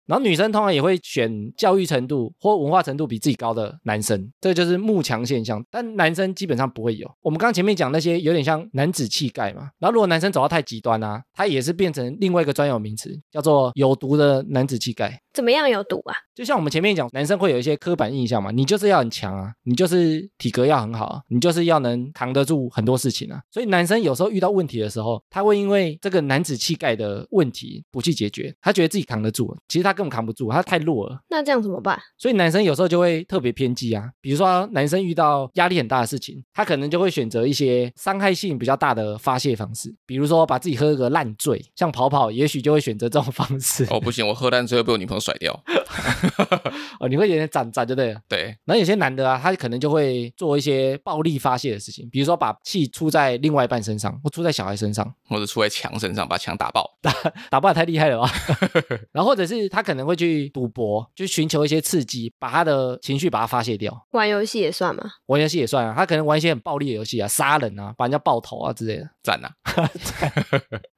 S1: 然后女生通常也会选教育程度或文化程度比自己高的男生，这个就是慕强现象。但男生基本上不会有。我们刚刚前面讲那些有点像男子气概嘛。然后如果男生走到太极端啊，他也是变成另外一个专有名词，叫做有毒的男子气概。
S3: 怎么样有毒啊？
S1: 就像我们前面讲，男生会有一些刻板印象嘛，你就是要很强啊，你就是体格要很好啊，你就是要能扛得住很多事情啊。所以男生有时候遇到问题的时候，他会因为这个男子气概的问题不去解决，他觉得自己扛得住，其实他根本扛不住，他太弱了。
S3: 那这样怎么办？
S1: 所以男生有时候就会特别偏激啊，比如说男生遇到压力很大的事情，他可能就会选择一些伤害性比较大的发泄方式，比如说把自己喝个烂醉，像跑跑，也许就会选择这种方式
S2: 哦，不行，我喝烂醉会被我女朋友甩掉。
S1: 哦，你会有点攒攒就对了。
S2: 对，
S1: 然后有些男的啊，他可能就会做一些暴力发泄的事情，比如说把气出在另外一半身上，或出在小孩身上，
S2: 或者出在墙身上把墙打爆。
S1: 打不打太厉害了吧？然后或者是他可能会去赌博，去寻求一些刺激，把他的情绪把它发泄掉。
S3: 玩游戏也算吗？
S1: 玩游戏也算啊，他可能玩一些很暴力的游戏啊，杀人啊，把人家爆头啊之类的。
S2: 赞呐、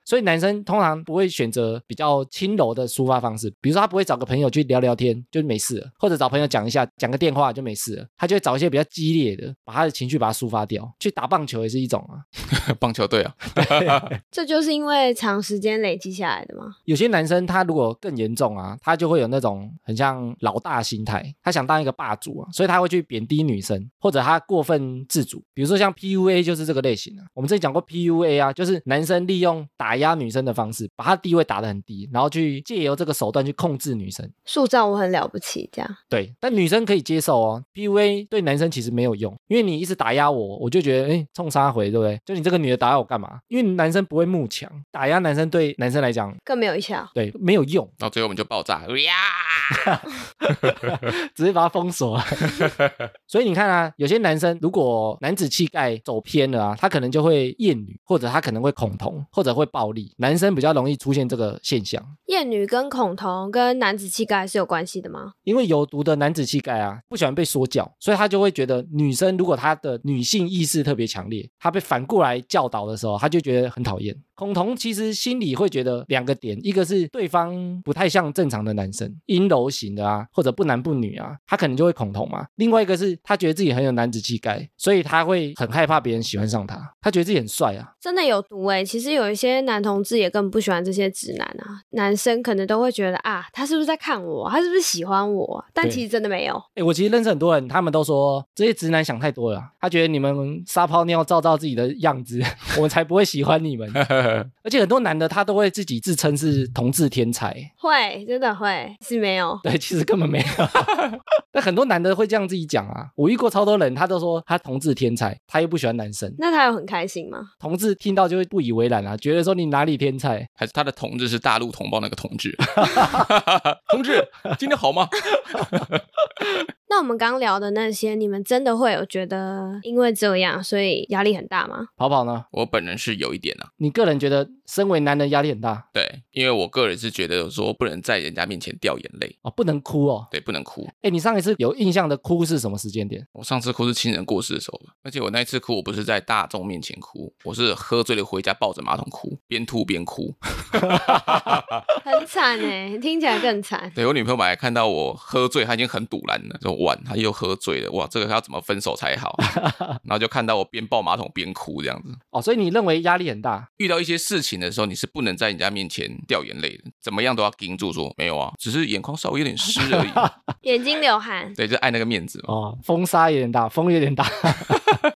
S1: 所以男生通常不会选择比较轻柔的抒发方式，比如说他不会找个朋友去聊聊天，就没事了，或者找朋友讲一下，讲个电话就没事了，他就会找一些比较激烈的，把他的情绪把它抒发掉。去打棒球也是一种啊，
S2: 棒球队啊，
S3: 这就是因为长时间累积下来的吗？
S1: 有些男生他如果更严重啊，他就会有那种很像老大心态，他想当一个霸主啊，所以他会去贬低女生，或者他过分自主。比如说像 PUA 就是这个类型啊。我们之前讲过 PUA 啊，就是男生利用打压女生的方式，把她地位打得很低，然后去借由这个手段去控制女生。
S3: 塑造我很了不起，这样
S1: 对，但女生可以接受哦。PUA 对男生其实没有用，因为你一直打压我，我就觉得哎，冲杀回，对不对？就你这个女的打压我干嘛？因为男生不会慕强，打压男生对男生来讲，
S3: 更没有效。
S1: 对没有用。
S2: 然后最后我们就爆炸。呀，
S1: 直接把它封锁了。 所以你看啊，有些男生如果男子气概走偏了啊，他可能就会厌女，或者他可能会恐同，或者会暴力。男生比较容易出现这个现象，
S3: 厌女跟恐同跟男子气概是有关系的吗？
S1: 因为有毒的男子气概啊，不喜欢被说教，所以他就会觉得女生如果她的女性意识特别强烈，她被反过来教导的时候，他就觉得很讨厌。恐同其实心里会觉得两个点，一个是对方不太像正常的男生，阴柔型的啊，或者不男不女啊，他可能就会恐同嘛。另外一个是他觉得自己很有男子气概，所以他会很害怕别人喜欢上他，他觉得自己很帅啊。
S3: 真的有毒哎、其实有一些男同志也根本不喜欢这些直男啊，男生可能都会觉得啊，他是不是在看我啊？他是不是喜欢我啊？但
S1: 对
S3: 其实真的没有。
S1: 哎，我其实认识很多人，他们都说这些直男想太多了啊、他觉得你们撒泡尿照照自己的样子， 我们才不会喜欢你们。而且很多男的他都会自己自称是同志天 才，
S3: 会，真的会是没有。
S1: 对，其实根本没有。 那很多男的会这样自己讲啊，我遇过超多人，他都说他同志天才，他又不喜欢男生，
S3: 那他有很开心吗？
S1: 同志听到就会不以为然啊，觉得说你哪里天才？
S2: 还是他的同志是大陆同胞那个同志？ 同志，今天好吗？
S3: 那我们刚聊的那些，你们真的会有觉得因为这样，所以压力很大吗？
S1: 跑跑呢？
S2: 我本人是有一点啊，
S1: 你个人觉得身为男人压力很大
S2: 对，因为我个人是觉得说不能在人家面前掉眼泪，
S1: 哦，不能哭哦。
S2: 对，不能哭。
S1: 哎，你上一次有印象的哭是什么时间点？
S2: 我上次哭是亲人过世的时候吧，而且我那一次哭，我不是在大众面前哭，我是喝醉了回家抱着马桶哭，边吐边哭。
S3: 很惨哎、听起来更惨。
S2: 对我女朋友本来看到我喝醉，她已经很堵然了，说哇，她又喝醉了，哇，这个要怎么分手才好？啊 然后就看到我边抱马桶边哭这样子。
S1: 哦，所以你认为压力很大？
S2: 遇到一些事情的时候，你是不能在人家面前掉眼泪的，怎么样都要盯住说没有啊，只是眼眶稍微有点湿而已。啊
S3: 眼睛流汗
S2: 。对，就爱那个面子嘛。
S1: 哦，风沙有点大，风有点大。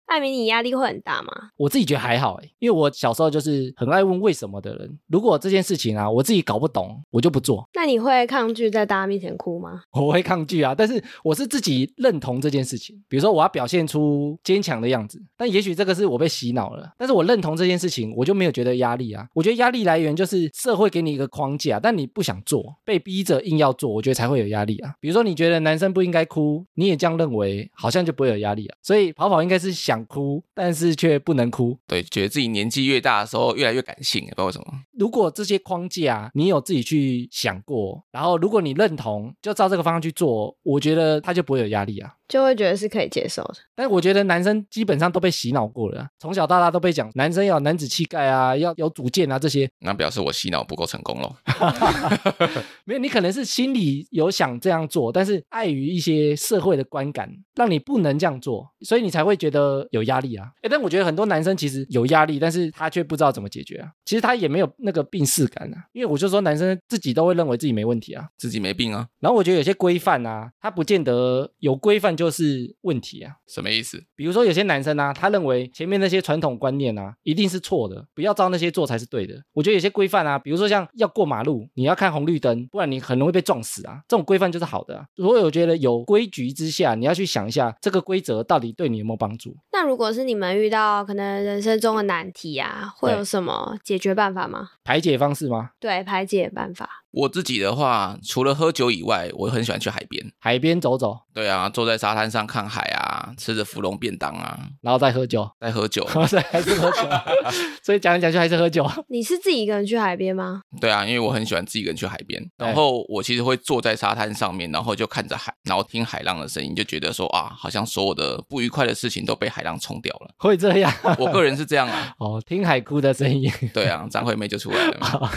S3: 艾米，你压力会很大吗？
S1: 我自己觉得还好哎，因为我小时候就是很爱问为什么的人。如果这件事情啊，我自己搞不懂，我就不做。
S3: 那你会抗拒在大家面前哭吗？
S1: 我会抗拒啊，但是我是自己认同这件事情。比如说，我要表现出坚强的样子，但也许这个是我被洗脑了。但是我认同这件事情，我就没有觉得压力啊。我觉得压力来源就是社会给你一个框架，但你不想做，被逼着硬要做，我觉得才会有压力啊。比如说，你觉得男生不应该哭，你也这样认为，好像就不会有压力啊。所以跑跑应该是想哭，但是却不能哭。
S2: 对，觉得自己年纪越大的时候越来越感性，不知道为什么。
S1: 如果这些框架啊你有自己去想过，然后如果你认同，就照这个方向去做，我觉得他就不会有压力啊。
S3: 就会觉得是可以接受的。
S1: 但我觉得男生基本上都被洗脑过了啊，从小到大都被讲男生要有男子气概啊，要有主见啊这些。
S2: 那表示我洗脑不够成功咯。
S1: 没有，你可能是心里有想这样做，但是碍于一些社会的观感，让你不能这样做，所以你才会觉得有压力啊。诶，但我觉得很多男生其实有压力，但是他却不知道怎么解决啊。其实他也没有那个病逝感啊，因为我就说男生自己都会认为自己没问题啊。
S2: 自己没病啊，
S1: 然后我觉得有些规范啊，他不见得有规范就是问题啊。
S2: 什么意思？
S1: 比如说，有些男生啊，他认为前面那些传统观念啊，一定是错的，不要照那些做才是对的。我觉得有些规范啊，比如说像要过马路，你要看红绿灯，不然你很容易被撞死啊。这种规范就是好的啊。如果我觉得有规矩之下，你要去想一下这个规则到底对你有没有帮助。
S3: 那如果是你们遇到可能人生中的难题啊，会有什么解决办法吗？
S1: 排解方式吗？
S3: 对，排解办法。
S2: 我自己的话，除了喝酒以外，我很喜欢去海边。
S1: 海边走走，
S2: 对啊，坐在沙滩上看海啊，吃着芙蓉便当啊，
S1: 然后再喝酒，
S2: 在喝酒。
S1: 然后再还是喝酒。所以讲来讲去还是喝酒。
S3: 你是自己一个人去海边吗？
S2: 对啊，因为我很喜欢自己一个人去海边，
S1: 对。
S2: 然后我其实会坐在沙滩上面，然后就看着海，然后听海浪的声音，就觉得说啊，好像所有的不愉快的事情都被海浪冲掉了
S1: 会这样
S2: 我个人是这样啊，
S1: 哦，听海哭的声音，
S2: 对啊，张惠妹就出来了嘛，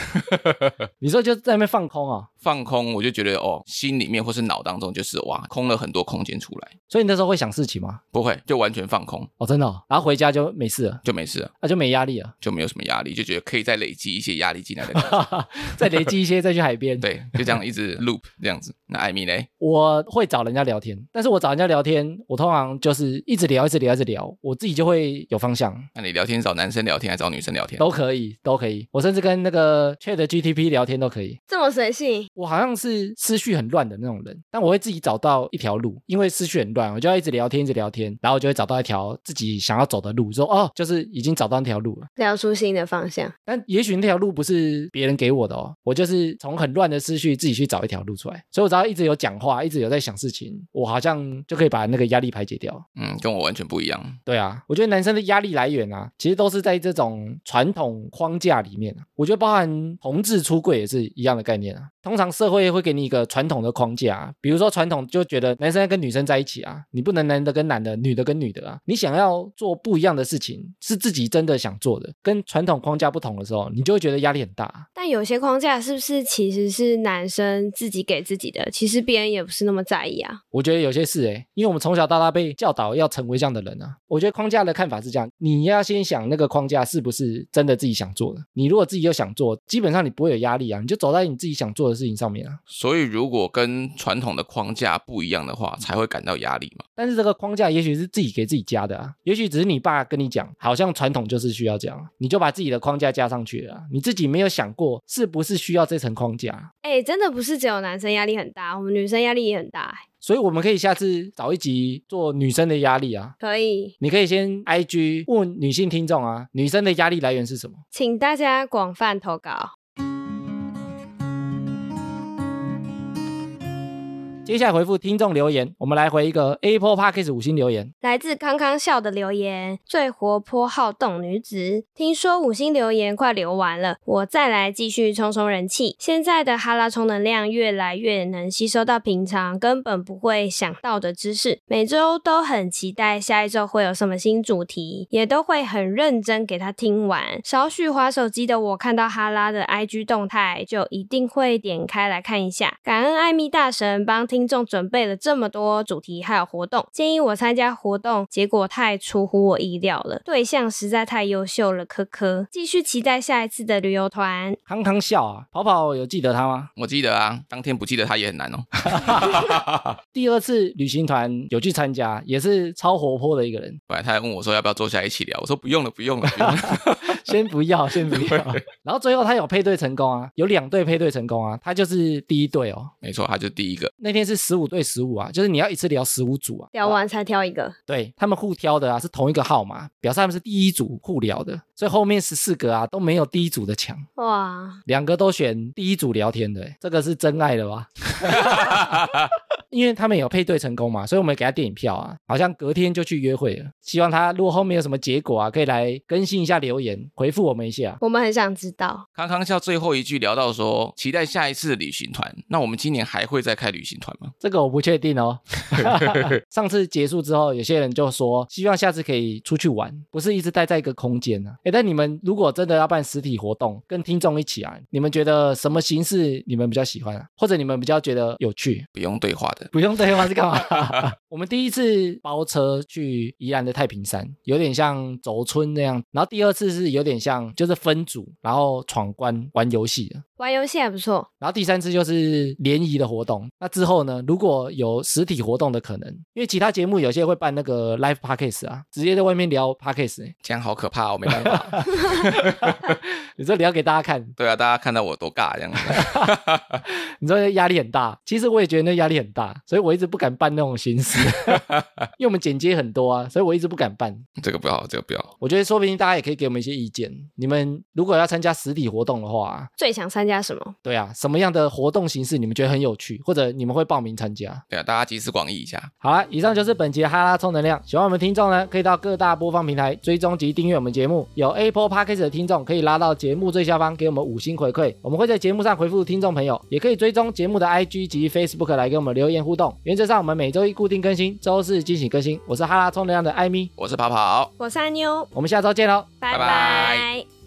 S1: 你说就在那边放空哦，
S2: 放空，我就觉得哦，心里面或是脑当中就是哇，空了很多空间出来，
S1: 所以你那时候会想事情吗？
S2: 不会就完全放空，
S1: 哦，真的、哦，然后回家就没事了，
S2: 就没事了，
S1: 那、就没压力了。
S2: 就没有什么压力，就觉得可以再累积一些压力进来的感觉，
S1: 再累积一些，再去海边。，
S2: 对，就这样一直 loop 这样子。那艾米嘞，
S1: 我会找人家聊天，但是我找人家聊天，我通常就是一直聊，一直聊，一直聊，我自己就会有方向，
S2: 那你聊天找男生聊天还是找女生聊天？
S1: 都可以，都可以。我甚至跟那个 Chat GTP 聊天都可以。
S3: 这么随性，
S1: 我好像是思绪很乱的那种人，但我会自己找到一条路，因为思绪很乱，我就要一直聊天，一直聊天，然后我就会找到一条自己想要走的路，说哦，就是已经找到那条路了。
S3: 聊出新的方向。
S1: 但也许那条路不是别人给我的哦，我就是从很乱的思绪自己去找一条路出来。所以我只要一直有讲话，一直有在想事情，我好像就可以把那个压力排解掉。
S2: 嗯，跟我完全不一样。
S1: 对啊，我觉得男生的压力来源啊，其实都是在这种传统框架里面啊。我觉得包含同志出柜也是一样的概念啊。通常社会会给你一个传统的框架、啊，比如说传统就觉得男生要跟女生在一起啊，你不能男的跟男的，女的跟女的啊。你想要做不一样的事情，是自己真的想做的，跟传统框架不同的时候，你就会觉得压力很大啊、
S3: 但有些框架是不是其实是男生自己给自己的？其实别人也不是那么在意啊。
S1: 我觉得有些事诶、因为我们从小到大被教导要成为这样的人啊。我觉得框架的看法是这样，你要先想那个框架是不是真的自己想做的。你如果自己又想做，基本上你不会有压力啊，你就走在你自己想做的事情上面啊。
S2: 所以如果跟传统的框架不一样的话，才会感到压力嘛。
S1: 但是这个框架也许是自己给自己加的啊，也许只是你爸跟你讲，好像传统就是需要这样啊，你就把自己的框架加上去了啊、你自己没有想过是不是需要这层框架啊、
S3: 哎、真的不是只有男生压力很大，我们女生压力也很大、哎
S1: 所以我们可以下次找一集做女生的压力啊。
S3: 可以，
S1: 你可以先 I G 问女性听众啊，女生的压力来源是什么？
S3: 请大家广泛投稿。
S1: 接下来回复听众留言，我们来回一个 Apple Podcast 五星留言。
S3: 来自康康笑的留言，最活泼好动女子，听说五星留言快流完了，我再来继续充充人气。现在的哈拉充能量越来越能吸收到平常根本不会想到的知识，每周都很期待下一周会有什么新主题，也都会很认真给它听完。少许滑手机的我，看到哈拉的 IG 动态就一定会点开来看一下。感恩艾米大神帮听众准备了这么多主题还有活动，建议我参加活动，结果太出乎我意料了，对象实在太优秀了，科科。继续期待下一次的旅游团。
S1: 康康笑啊，跑跑有记得他吗？
S2: 我记得啊，当天不记得他也很难哦。
S1: 第二次旅行团有去参加，也是超活泼的一个人。
S2: 本来他还问我说要不要坐下来一起聊，我说不用了，不用了，不用了。
S1: 先不要，先不要。然后最后他有配对成功啊，有两对配对成功啊，他就是第一对哦。
S2: 没错，他就第一个。
S1: 那天是十五对十五啊，就是你要一次聊十五组啊。
S3: 聊完才挑一个，
S1: 对他们互挑的啊，是同一个号码，表示他们是第一组互聊的，所以后面十四个啊都没有第一组的强，
S3: 哇，
S1: 两个都选第一组聊天的欸，这个是真爱了吧？因为他们有配对成功嘛，所以我们给他电影票啊，好像隔天就去约会了。希望他如果后面有什么结果啊，可以来更新一下留言，回复我们一下。
S3: 我们很想知道。
S2: 康康笑最后一句聊到说，期待下一次的旅行团。那我们今年还会再开旅行团吗？
S1: 这个我不确定哦。上次结束之后，有些人就说希望下次可以出去玩，不是一直待在一个空间啊。诶，但你们如果真的要办实体活动，跟听众一起啊，你们觉得什么形式你们比较喜欢啊？或者你们比较觉得有趣？
S2: 不用对话的，
S1: 不用对话是干嘛？ 我们第一次包车去宜兰的太平山，有点像走村那样，然后第二次是有点像就是分组，然后闯关玩游戏的。
S3: 玩游戏还不错，
S1: 然后第三次就是联谊的活动。那之后呢，如果有实体活动的可能，因为其他节目有些会办那个 live podcast 啊，直接在外面聊 podcast，、欸、
S2: 这样好可怕哦，我没办法。
S1: 你这聊给大家看，
S2: 对啊，大家看到我多尬这样子。
S1: 你知道压力很大。其实我也觉得那压力很大，所以我一直不敢办那种形式， 因为我们剪接很多啊，所以我一直不敢办。
S2: 这个不要，这个不要。
S1: 我觉得说不定大家也可以给我们一些意见。你们如果要参加实体活动的话啊，
S3: 最想参加什么？
S1: 对啊，什么样的活动形式你们觉得很有趣，或者你们会报名参加？
S2: 对啊，大家集思广益一下。
S1: 好啦，以上就是本节哈拉充能量。喜欢我们听众呢，可以到各大播放平台追踪及订阅我们节目。有 Apple Podcast 的听众可以拉到节目最下方给我们五星回馈，我们会在节目上回复听众朋友。也可以追踪节目的 IG 及 Facebook 来给我们留言互动。原则上我们每周一固定更新，周四惊喜更新。我是哈拉充能量的艾米，
S2: 我是跑跑。
S3: 我是阿妞，
S1: 我们下周见喽。
S3: 拜
S2: 拜
S3: 拜
S2: 拜